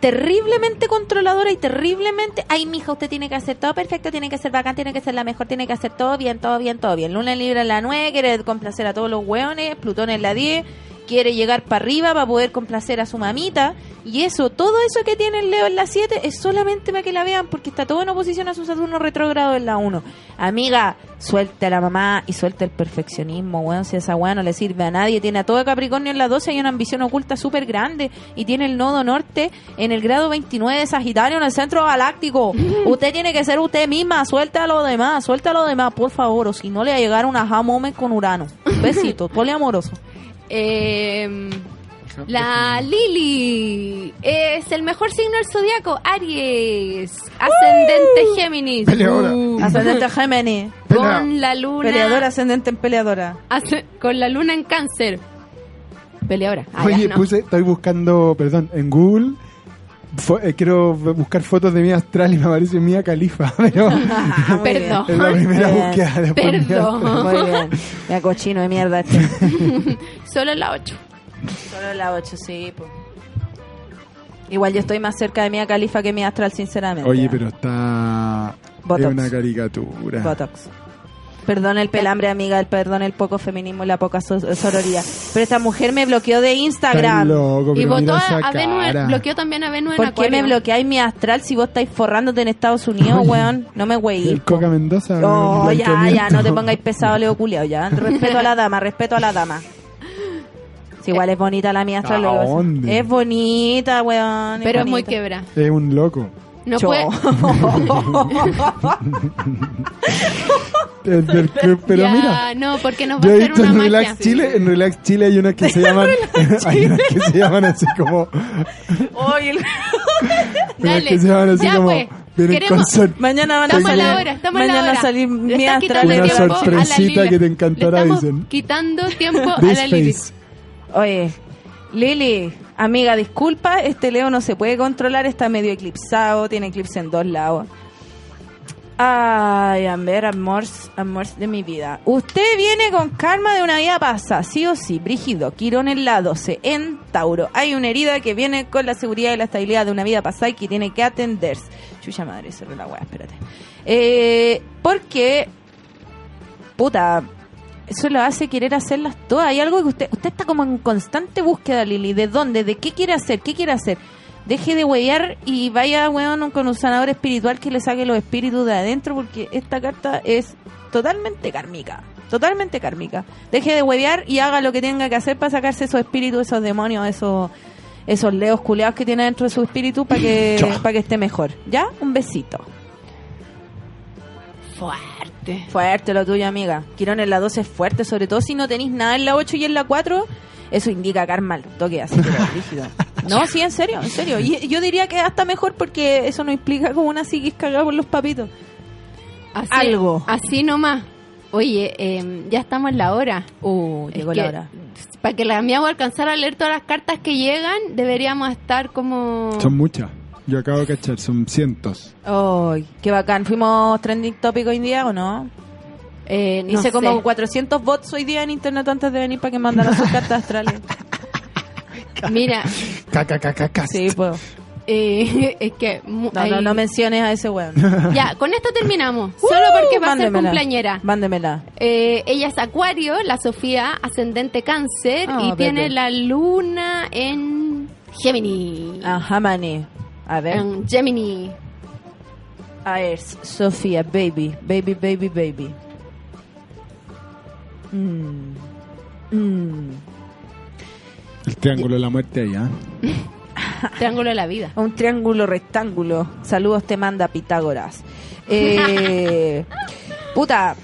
S1: terriblemente controladora y terriblemente. Ay, mija, usted tiene que hacer todo perfecto, tiene que ser bacán, tiene que ser la mejor, tiene que hacer todo bien, todo bien, todo bien. Luna en Libra en la 9, quiere complacer a todos los hueones, Plutón en la 10, quiere llegar para arriba para poder complacer a su mamita. Y eso, todo eso que tiene el Leo en la 7 es solamente para que la vean, porque está todo en oposición a su Saturno retrógrado en la 1. Amiga, suelta a la mamá y suelta el perfeccionismo, weón. Si esa weá no le sirve a nadie, tiene a todo Capricornio en la 12, hay una ambición oculta súper grande y tiene el nodo norte en el grado 29 de Sagitario en el centro galáctico. usted tiene que ser usted misma, suelta a lo demás, suelta a lo demás, por favor, o si no le va a llegar una aha moment con Urano. Besito, poliamoroso.
S3: Eh, la Lili es el mejor signo del zodiaco, Aries, ascendente Géminis.
S2: Peleadora.
S3: Uh,
S1: Ascendente Géminis.
S3: con la luna
S1: Peleadora, ascendente en peleadora.
S3: Hace- con la luna en cáncer. Peleadora. Ah, ya,
S2: Oye, pues,
S3: no.
S2: puse, estoy buscando, perdón, en Google. fo- eh, quiero buscar fotos de mi astral y me aparece Mía Califa. Pero
S1: Ah, muy bien.
S3: Perdón.
S2: es la primera
S1: Bien.
S2: búsqueda. después Mía Astral.
S3: Perdón.
S1: Muy bien. Ya cochino de mierda este.
S3: Solo la 8.
S1: Solo la 8, sí, po. Igual yo estoy más cerca de Mía Califa que Mía Astral, sinceramente.
S2: Oye,
S1: ¿eh?
S2: pero está.
S1: Botox.
S2: Es una caricatura.
S1: Botox. Perdón el pelambre, amiga, el perdón el poco feminismo, la poca so- sororidad. Pero esta mujer me bloqueó de
S2: Estás
S1: Instagram.
S2: loco,
S3: Y
S2: pero
S3: votó
S2: mira
S3: a,
S2: esa
S3: a Venus,
S2: cara.
S3: bloqueó también a Venus en
S1: ¿Por qué
S3: Acuario.
S1: me bloqueáis mi astral si vos estáis forrándote en Estados Unidos,
S2: Oye.
S1: weón? No me weí.
S2: El Coca Mendoza.
S1: Oh,
S2: el
S1: ya, ya,
S2: blanqueamiento.
S1: no te pongáis pesado, Leo Culeado, ya. Respeto a la dama, respeto a la dama. Si igual es bonita la mía astral.
S2: ¿A
S1: lo que pasa.
S2: dónde?
S1: Es bonita, weón.
S3: Pero es muy
S1: bonita.
S3: quebra.
S2: Es un loco.
S3: No
S1: Chao.
S3: puede.
S2: Es del club, pero
S3: ya,
S2: mira.
S3: no, porque nos va
S2: Yo
S3: a
S2: he
S3: hacer
S2: visto
S3: una
S2: en
S3: magia.
S2: Relax Chile, en Relax Chile hay unas que se llaman, hay unas que se llaman así como,
S1: Oye, el-
S2: unas
S3: Dale.
S2: que se llaman así
S3: Ya,
S2: como,
S3: pues.
S2: vienen con
S3: Queremos-
S2: sor-
S1: Mañana van a
S3: Estamos en la
S1: salir-
S3: hora, estamos en la
S1: Pues mañana
S3: hora.
S1: salir
S3: Le
S1: mi
S3: están
S1: astral
S3: quitando
S1: de Leo.
S2: Una
S3: tiempo a la
S2: sorpresita
S3: Lila.
S2: que te encantará,
S3: Le estamos
S2: dicen.
S3: quitando tiempo a
S2: This
S3: la Lili.
S2: face.
S1: Oye, Lili, amiga, disculpa, este Leo no se puede controlar, está medio eclipsado, tiene eclipse en dos lados. Ay, a ver, amor, amor de mi vida. Usted viene con karma de una vida pasada, sí o sí, Brígido, Quirón en la 12, en Tauro. Hay una herida que viene con la seguridad y la estabilidad de una vida pasada y que tiene que atenderse. Chucha madre, cerré la weá, espérate. Eh, porque, puta, eso lo hace querer hacerlas todas. Hay algo que usted, usted está como en constante búsqueda, Lili, de dónde, de qué quiere hacer, qué quiere hacer. Deje de huevear y vaya, weón, con un sanador espiritual que le saque los espíritus de adentro, porque esta carta es totalmente kármica. Totalmente kármica. Deje de huevear y haga lo que tenga que hacer para sacarse esos espíritus, esos demonios, esos, esos leos culeados que tiene dentro de su espíritu para que, para que esté mejor. ¿Ya? Un besito.
S3: Fuerte.
S1: Fuerte lo tuyo, amiga. Quirón en la 12 es fuerte, sobre todo si no tenéis nada en la 8 y en la 4. Eso indica karma al toque, así que rígido. No, sí, en serio, en serio. Y yo diría que hasta mejor porque eso no implica como una psiquis cagada por los papitos.
S3: Así,
S1: Algo.
S3: Así nomás. Oye, eh, ya estamos en la hora.
S1: Uh, llegó la hora.
S3: Para que la mía alcanzara a leer todas las cartas que llegan, deberíamos estar como...
S2: Son muchas. Yo acabo de cachar, son cientos.
S1: Ay, qué bacán. ¿Fuimos trending topic hoy día o no?
S3: Eh, no
S1: Hice
S3: sé.
S1: como 400 bots hoy día en internet antes de venir para que mandaran sus cartas astrales.
S3: Mira,
S2: Cacacacacas.
S1: Sí, pues.
S3: eh, es que... mu-
S1: No, no,
S3: hay-
S1: no menciones a ese weón.
S3: Ya, con esto terminamos. Solo porque va a ser
S1: Mándemela.
S3: cumpleañera.
S1: Mándemela.
S3: Eh, ella es Acuario, la Sofía, ascendente cáncer,
S1: Ah,
S3: y
S1: bebé.
S3: tiene la luna en Gemini.
S1: Ajá, maní. A ver.
S3: En Gemini.
S1: A ver, Ah, Sofía, baby, baby, baby, baby. Mm. Mm.
S2: El triángulo de la muerte ahí, ¿ah?
S3: Triángulo de la vida.
S1: Un triángulo rectángulo. Saludos te manda Pitágoras. Eh, puta,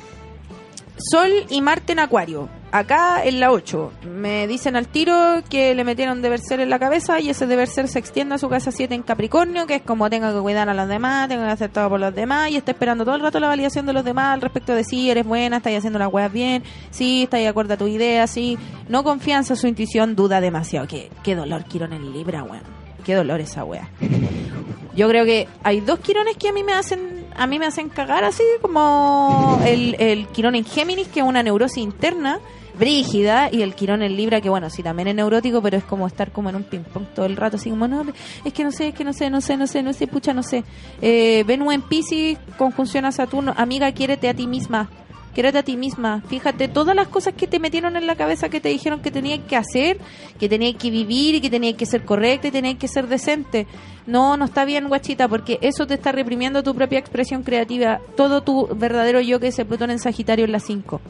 S1: Sol y Marte en Acuario. Acá en la 8. Me dicen al tiro que le metieron deber ser en la cabeza y ese deber ser se extiende a su casa 7 en Capricornio, que es como tengo que cuidar a los demás, tengo que ser todo por los demás y está esperando todo el rato la validación de los demás al respecto de si eres buena, estás haciendo las weas bien, si estás de acuerdo a tu idea, si no confianza, su intuición duda demasiado. Qué, qué dolor, Quirón en Libra, weón. Qué dolor esa wea. Yo creo que hay dos quirones que a mí me hacen a mí me hacen cagar así como el, el quirón en Géminis que es una neurosis interna brígida y el quirón en Libra que bueno, sí también es neurótico, pero es como estar como en un ping pong todo el rato así como no, es que no sé, es que no sé, no sé, no sé, no sé, pucha, no sé. Eh, Venus en Piscis conjunción a Saturno, amiga, quiérete a ti misma. Quiérete a ti misma. Fíjate todas las cosas que te metieron en la cabeza que te dijeron que tenías que hacer, que tenías que vivir y que tenías que ser correcta y tenías que ser decente. No, no está bien, guachita, porque eso te está reprimiendo tu propia expresión creativa, todo tu verdadero yo que es el Plutón en Sagitario en la 5.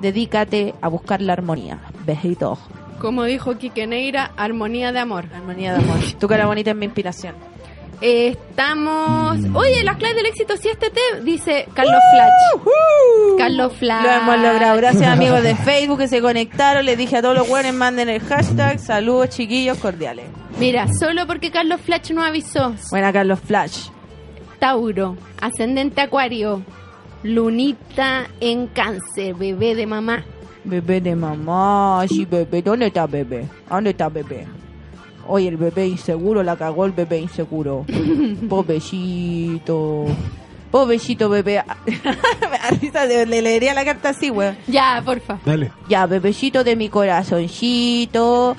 S1: Dedícate a buscar la armonía. Besitos.
S3: Como dijo Quique Neira, armonía de amor.
S1: Armonía de amor. tu cara bonita es mi inspiración.
S3: Eh, Estamos.
S1: Mm.
S3: Oye, las claves del éxito, si este te dice Carlos Flash. Carlos Flash.
S1: Lo hemos logrado. Gracias amigos de Facebook que se conectaron. Les dije a todos los buenos, manden el hashtag. Saludos chiquillos cordiales.
S3: Mira, solo porque Carlos Flash no avisó.
S1: Buena Carlos Flash.
S3: Tauro, ascendente Acuario, lunita en cáncer, bebé de mamá.
S1: Bebé de mamá. Sí, bebé. ¿Dónde está bebé? ¿Dónde está bebé? Oye, el bebé inseguro la cagó el bebé inseguro. Pobrecito. Pobrecito bebé. Me da risa, le, le leería la carta así, weón.
S3: Ya, porfa.
S2: Dale.
S1: Ya, bebecito de mi corazoncito,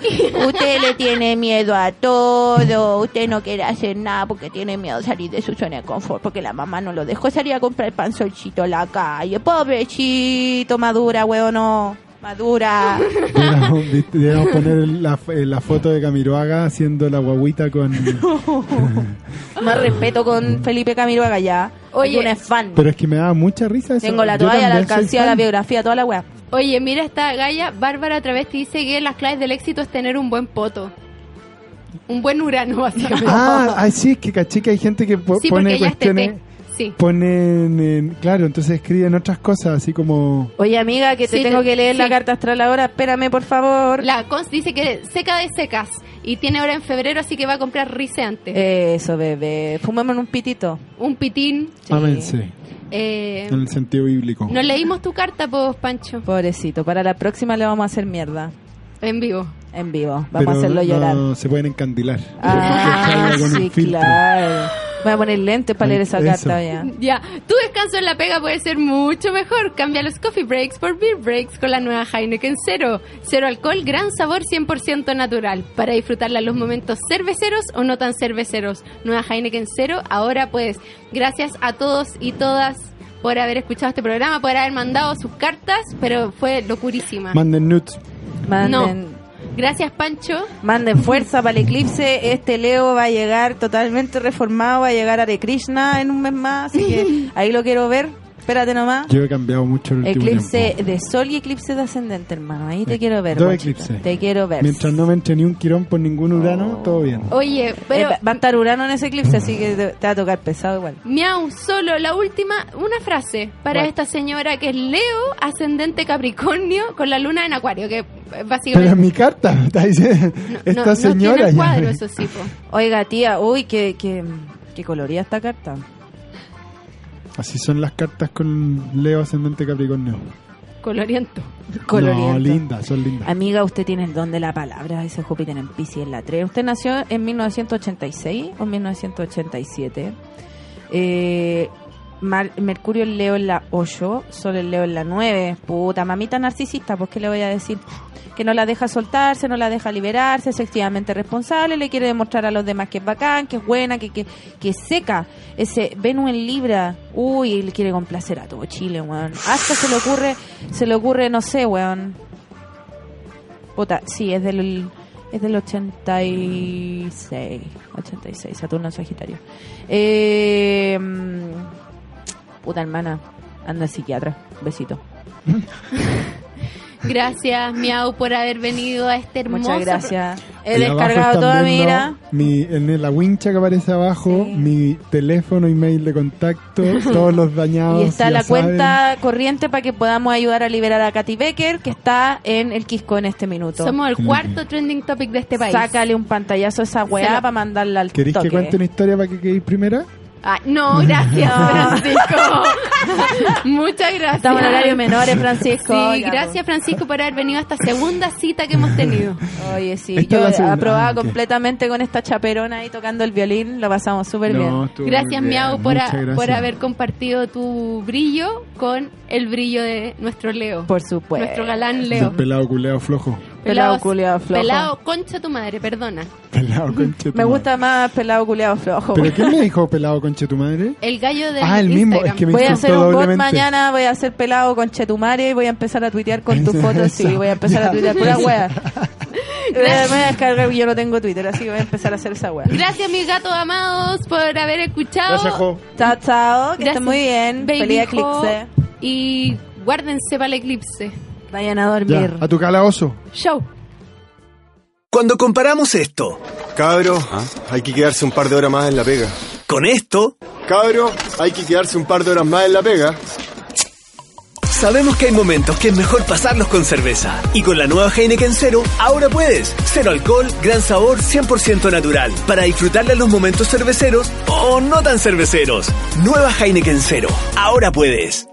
S1: usted le tiene miedo a todo, usted no quiere hacer nada porque tiene miedo a salir de su zona de confort, porque la mamá no lo dejó salir a comprar panzolcito a la calle. Pobrecito, madura, weón, no. Madura.
S2: Deberíamos deberíamos poner la, eh, la foto de Camiroaga haciendo la guaguita con.
S1: Más respeto con Felipe Camiroaga ya.
S3: Oye.
S1: Oye, un es fan.
S2: Pero es que me daba mucha risa eso.
S1: Tengo la
S2: Yo
S1: toalla, la
S2: también soy
S1: alcancía, la
S2: fan.
S1: biografía, toda la weá.
S3: Oye, mira esta galla, Bárbara Travesti dice que las claves del éxito es tener un buen poto. Un buen urano, básicamente.
S2: Ah, ah, sí, es que caché que hay gente que po-
S3: sí, porque
S2: pone
S3: ella es
S2: cuestiones.
S1: este.
S3: TT. Sí.
S2: Ponen. en- claro, entonces escriben otras cosas, así como.
S1: Oye, amiga, que te
S3: Sí,
S1: tengo
S3: te-
S1: que
S3: sí.
S1: leer la carta astral ahora. Espérame, por favor.
S3: La Cons dice que seca de secas y tiene ahora en febrero, así que va a comprar riseantes.
S2: Eh.
S1: Eso, bebé. Fumemos un pitito.
S3: Un pitín.
S2: Ah. Ámense,
S3: eh,
S2: en el sentido bíblico.
S3: no leímos tu carta, pues, Pancho,
S1: Pobrecito, para la próxima le vamos a hacer mierda
S3: en vivo.
S1: en vivo. Vamos
S2: Pero
S1: a hacerlo
S2: no
S1: llorar.
S2: se pueden encandilar.
S1: Ah,
S2: Que salga con
S1: sí,
S2: un filtro.
S1: claro. Voy a poner lentes para leer esa
S2: Eso.
S1: carta ya.
S3: Ya, tu descanso en la pega puede ser mucho mejor. Cambia los coffee breaks por beer breaks con la nueva Heineken Cero. Cero alcohol, gran sabor 100% natural. Para disfrutarla en los momentos cerveceros o no tan cerveceros. Nueva Heineken Cero, ahora pues, gracias a todos y todas por haber escuchado este programa, por haber mandado sus cartas, pero fue locurísima.
S2: Manden nudes.
S1: Manden,
S3: Gracias, Pancho.
S1: manden fuerza para el eclipse. Este Leo va a llegar totalmente reformado, va a llegar Hare Krishna en un mes más. Así que ahí lo quiero ver. Espérate nomás.
S2: Yo he cambiado mucho el último
S1: Eclipse
S2: tiempo. Eh,
S1: de sol y eclipse de ascendente, hermano. Ahí te quiero ver.
S2: Dos
S1: guachita.
S2: eclipses.
S1: Te quiero ver.
S2: Mientras no me entre ni un quirón por ningún urano, todo bien.
S3: Oye,
S1: Eh,
S3: pero...
S1: va- va a estar Urano en ese eclipse, así que te, te va a tocar pesado igual.
S3: Miau, solo la última, una frase para
S1: Bueno.
S3: esta señora que es Leo, ascendente Capricornio, con la luna en Acuario, que eh,
S2: Pero en
S3: básicamente...
S2: mi carta, me está diciendo,
S3: no-
S2: esta
S3: no- no
S2: señora
S3: tiene
S2: ya-
S3: cuadro, eso sí, po.
S1: Oiga, tía, uy, qué, qué, qué coloría esta carta.
S2: Así son las cartas con Leo ascendente Capricornio.
S3: Coloriento.
S1: Coloriento.
S2: No, lindas, son lindas.
S1: Amiga, usted tiene el don de la palabra, ese Júpiter en Pisces en la 3. Usted nació en 1986 o 1987. Eh, Mar- Mercurio en Leo en la 8, Sol en Leo en la 9. Puta, mamita narcisista, pues qué le voy a decir. Que no la deja soltarse, no la deja liberarse, es activamente responsable, le quiere demostrar a los demás que es bacán, que es buena, que, que, que es seca. Ese Venus en Libra, uy, le quiere complacer a todo Chile, weón. Hasta se le ocurre, se le ocurre, no sé, weón. Puta, sí, es del, es del 86. 86, Saturno en Sagitario. Eh, mm, puta hermana, anda al psiquiatra. Besito.
S3: Gracias, Miau, por haber venido a este hermoso.
S1: Muchas gracias. He
S2: Y abajo
S1: descargado
S2: están
S1: toda mi
S2: viendo
S1: ira.
S2: Mi, en la wincha que aparece abajo,
S1: Sí.
S2: mi teléfono, email de contacto, todos los dañados.
S1: Y está
S2: ya
S1: la
S2: saben.
S1: cuenta corriente para que podamos ayudar a liberar a Katy Becker, que está en el Quisco en este minuto.
S3: pro- Somos el cuarto trending topic de este país.
S1: Sácale un pantallazo a esa
S3: Se
S1: weá
S3: lo-
S1: para mandarla al
S2: ¿Queréis
S1: toque.
S2: que cuente una historia para que quedéis primera?
S3: Ah, no, gracias, Francisco. Muchas gracias.
S1: Estamos en horario menores,
S3: Sí,
S1: Francisco. Ya,
S3: gracias, Francisco, por haber venido a esta segunda cita que hemos tenido.
S1: pues. Oye, sí,
S2: Esta es la
S1: yo
S2: segunda.
S1: aprobaba
S2: Ah, ok.
S1: completamente con esta chaperona ahí tocando el violín, lo pasamos súper
S2: No,
S1: bien.
S2: estuvo muy
S3: Gracias,
S2: bien,
S3: Miau, por, a-
S2: muchas gracias.
S3: por haber compartido tu brillo con el brillo de nuestro Leo.
S1: Por supuesto.
S3: Nuestro galán
S2: Del
S3: Leo.
S2: pelado culeado flojo.
S1: Pelado culiao flojo.
S3: Pelado concha tu madre, perdona.
S2: Pelado conche tu
S1: Me
S2: madre.
S1: gusta más pelado culeado flojo.
S2: ¿Pero quién me dijo pelado conche tu madre?
S3: El gallo de
S2: Ah, el mismo,
S3: Instagram.
S2: es que me
S1: Voy a
S2: insultó
S1: hacer un bot
S2: doblemente.
S1: mañana, voy a hacer pelado con Chetumare y voy a empezar a tuitear con tus
S2: Eso,
S1: fotos. Sí,
S2: eso.
S1: voy a empezar a
S2: Ya.
S1: tuitear pura wea. Voy a- Me voy a descargar, yo no tengo Twitter, así que voy a empezar a hacer esa wea.
S3: Gracias, mis gatos amados, por haber escuchado.
S1: Chao, chao, que estén
S3: Gracias,
S1: muy bien.
S3: Baby
S1: Feliz
S3: Jo.
S1: eclipse.
S3: Y guárdense para el eclipse.
S1: Vayan a
S2: Ya,
S1: dormir.
S2: a tu calabozo.
S3: Show.
S5: Cuando comparamos esto
S6: Cabro, hay que quedarse un par de horas más en la pega.
S5: con esto,
S6: Cabro, hay que quedarse un par de horas más en la pega.
S5: sabemos que hay momentos que es mejor pasarlos con cerveza. Y con la nueva Heineken Cero, ahora puedes. Cero alcohol, gran sabor, 100% natural. Para disfrutarle los momentos cerveceros o no tan cerveceros. Nueva Heineken Cero, ahora puedes.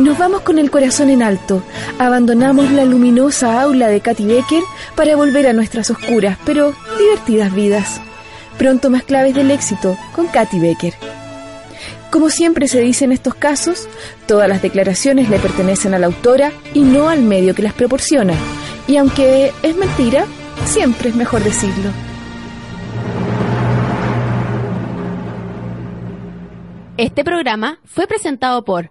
S7: Nos vamos con el corazón en alto. Abandonamos la luminosa aula de Katy Becker para volver a nuestras oscuras, pero divertidas vidas. Pronto más claves del éxito con Katy Becker. Como siempre se dice en estos casos, todas las declaraciones le pertenecen a la autora y no al medio que las proporciona. Y aunque es mentira, siempre es mejor decirlo.
S3: Este programa fue presentado por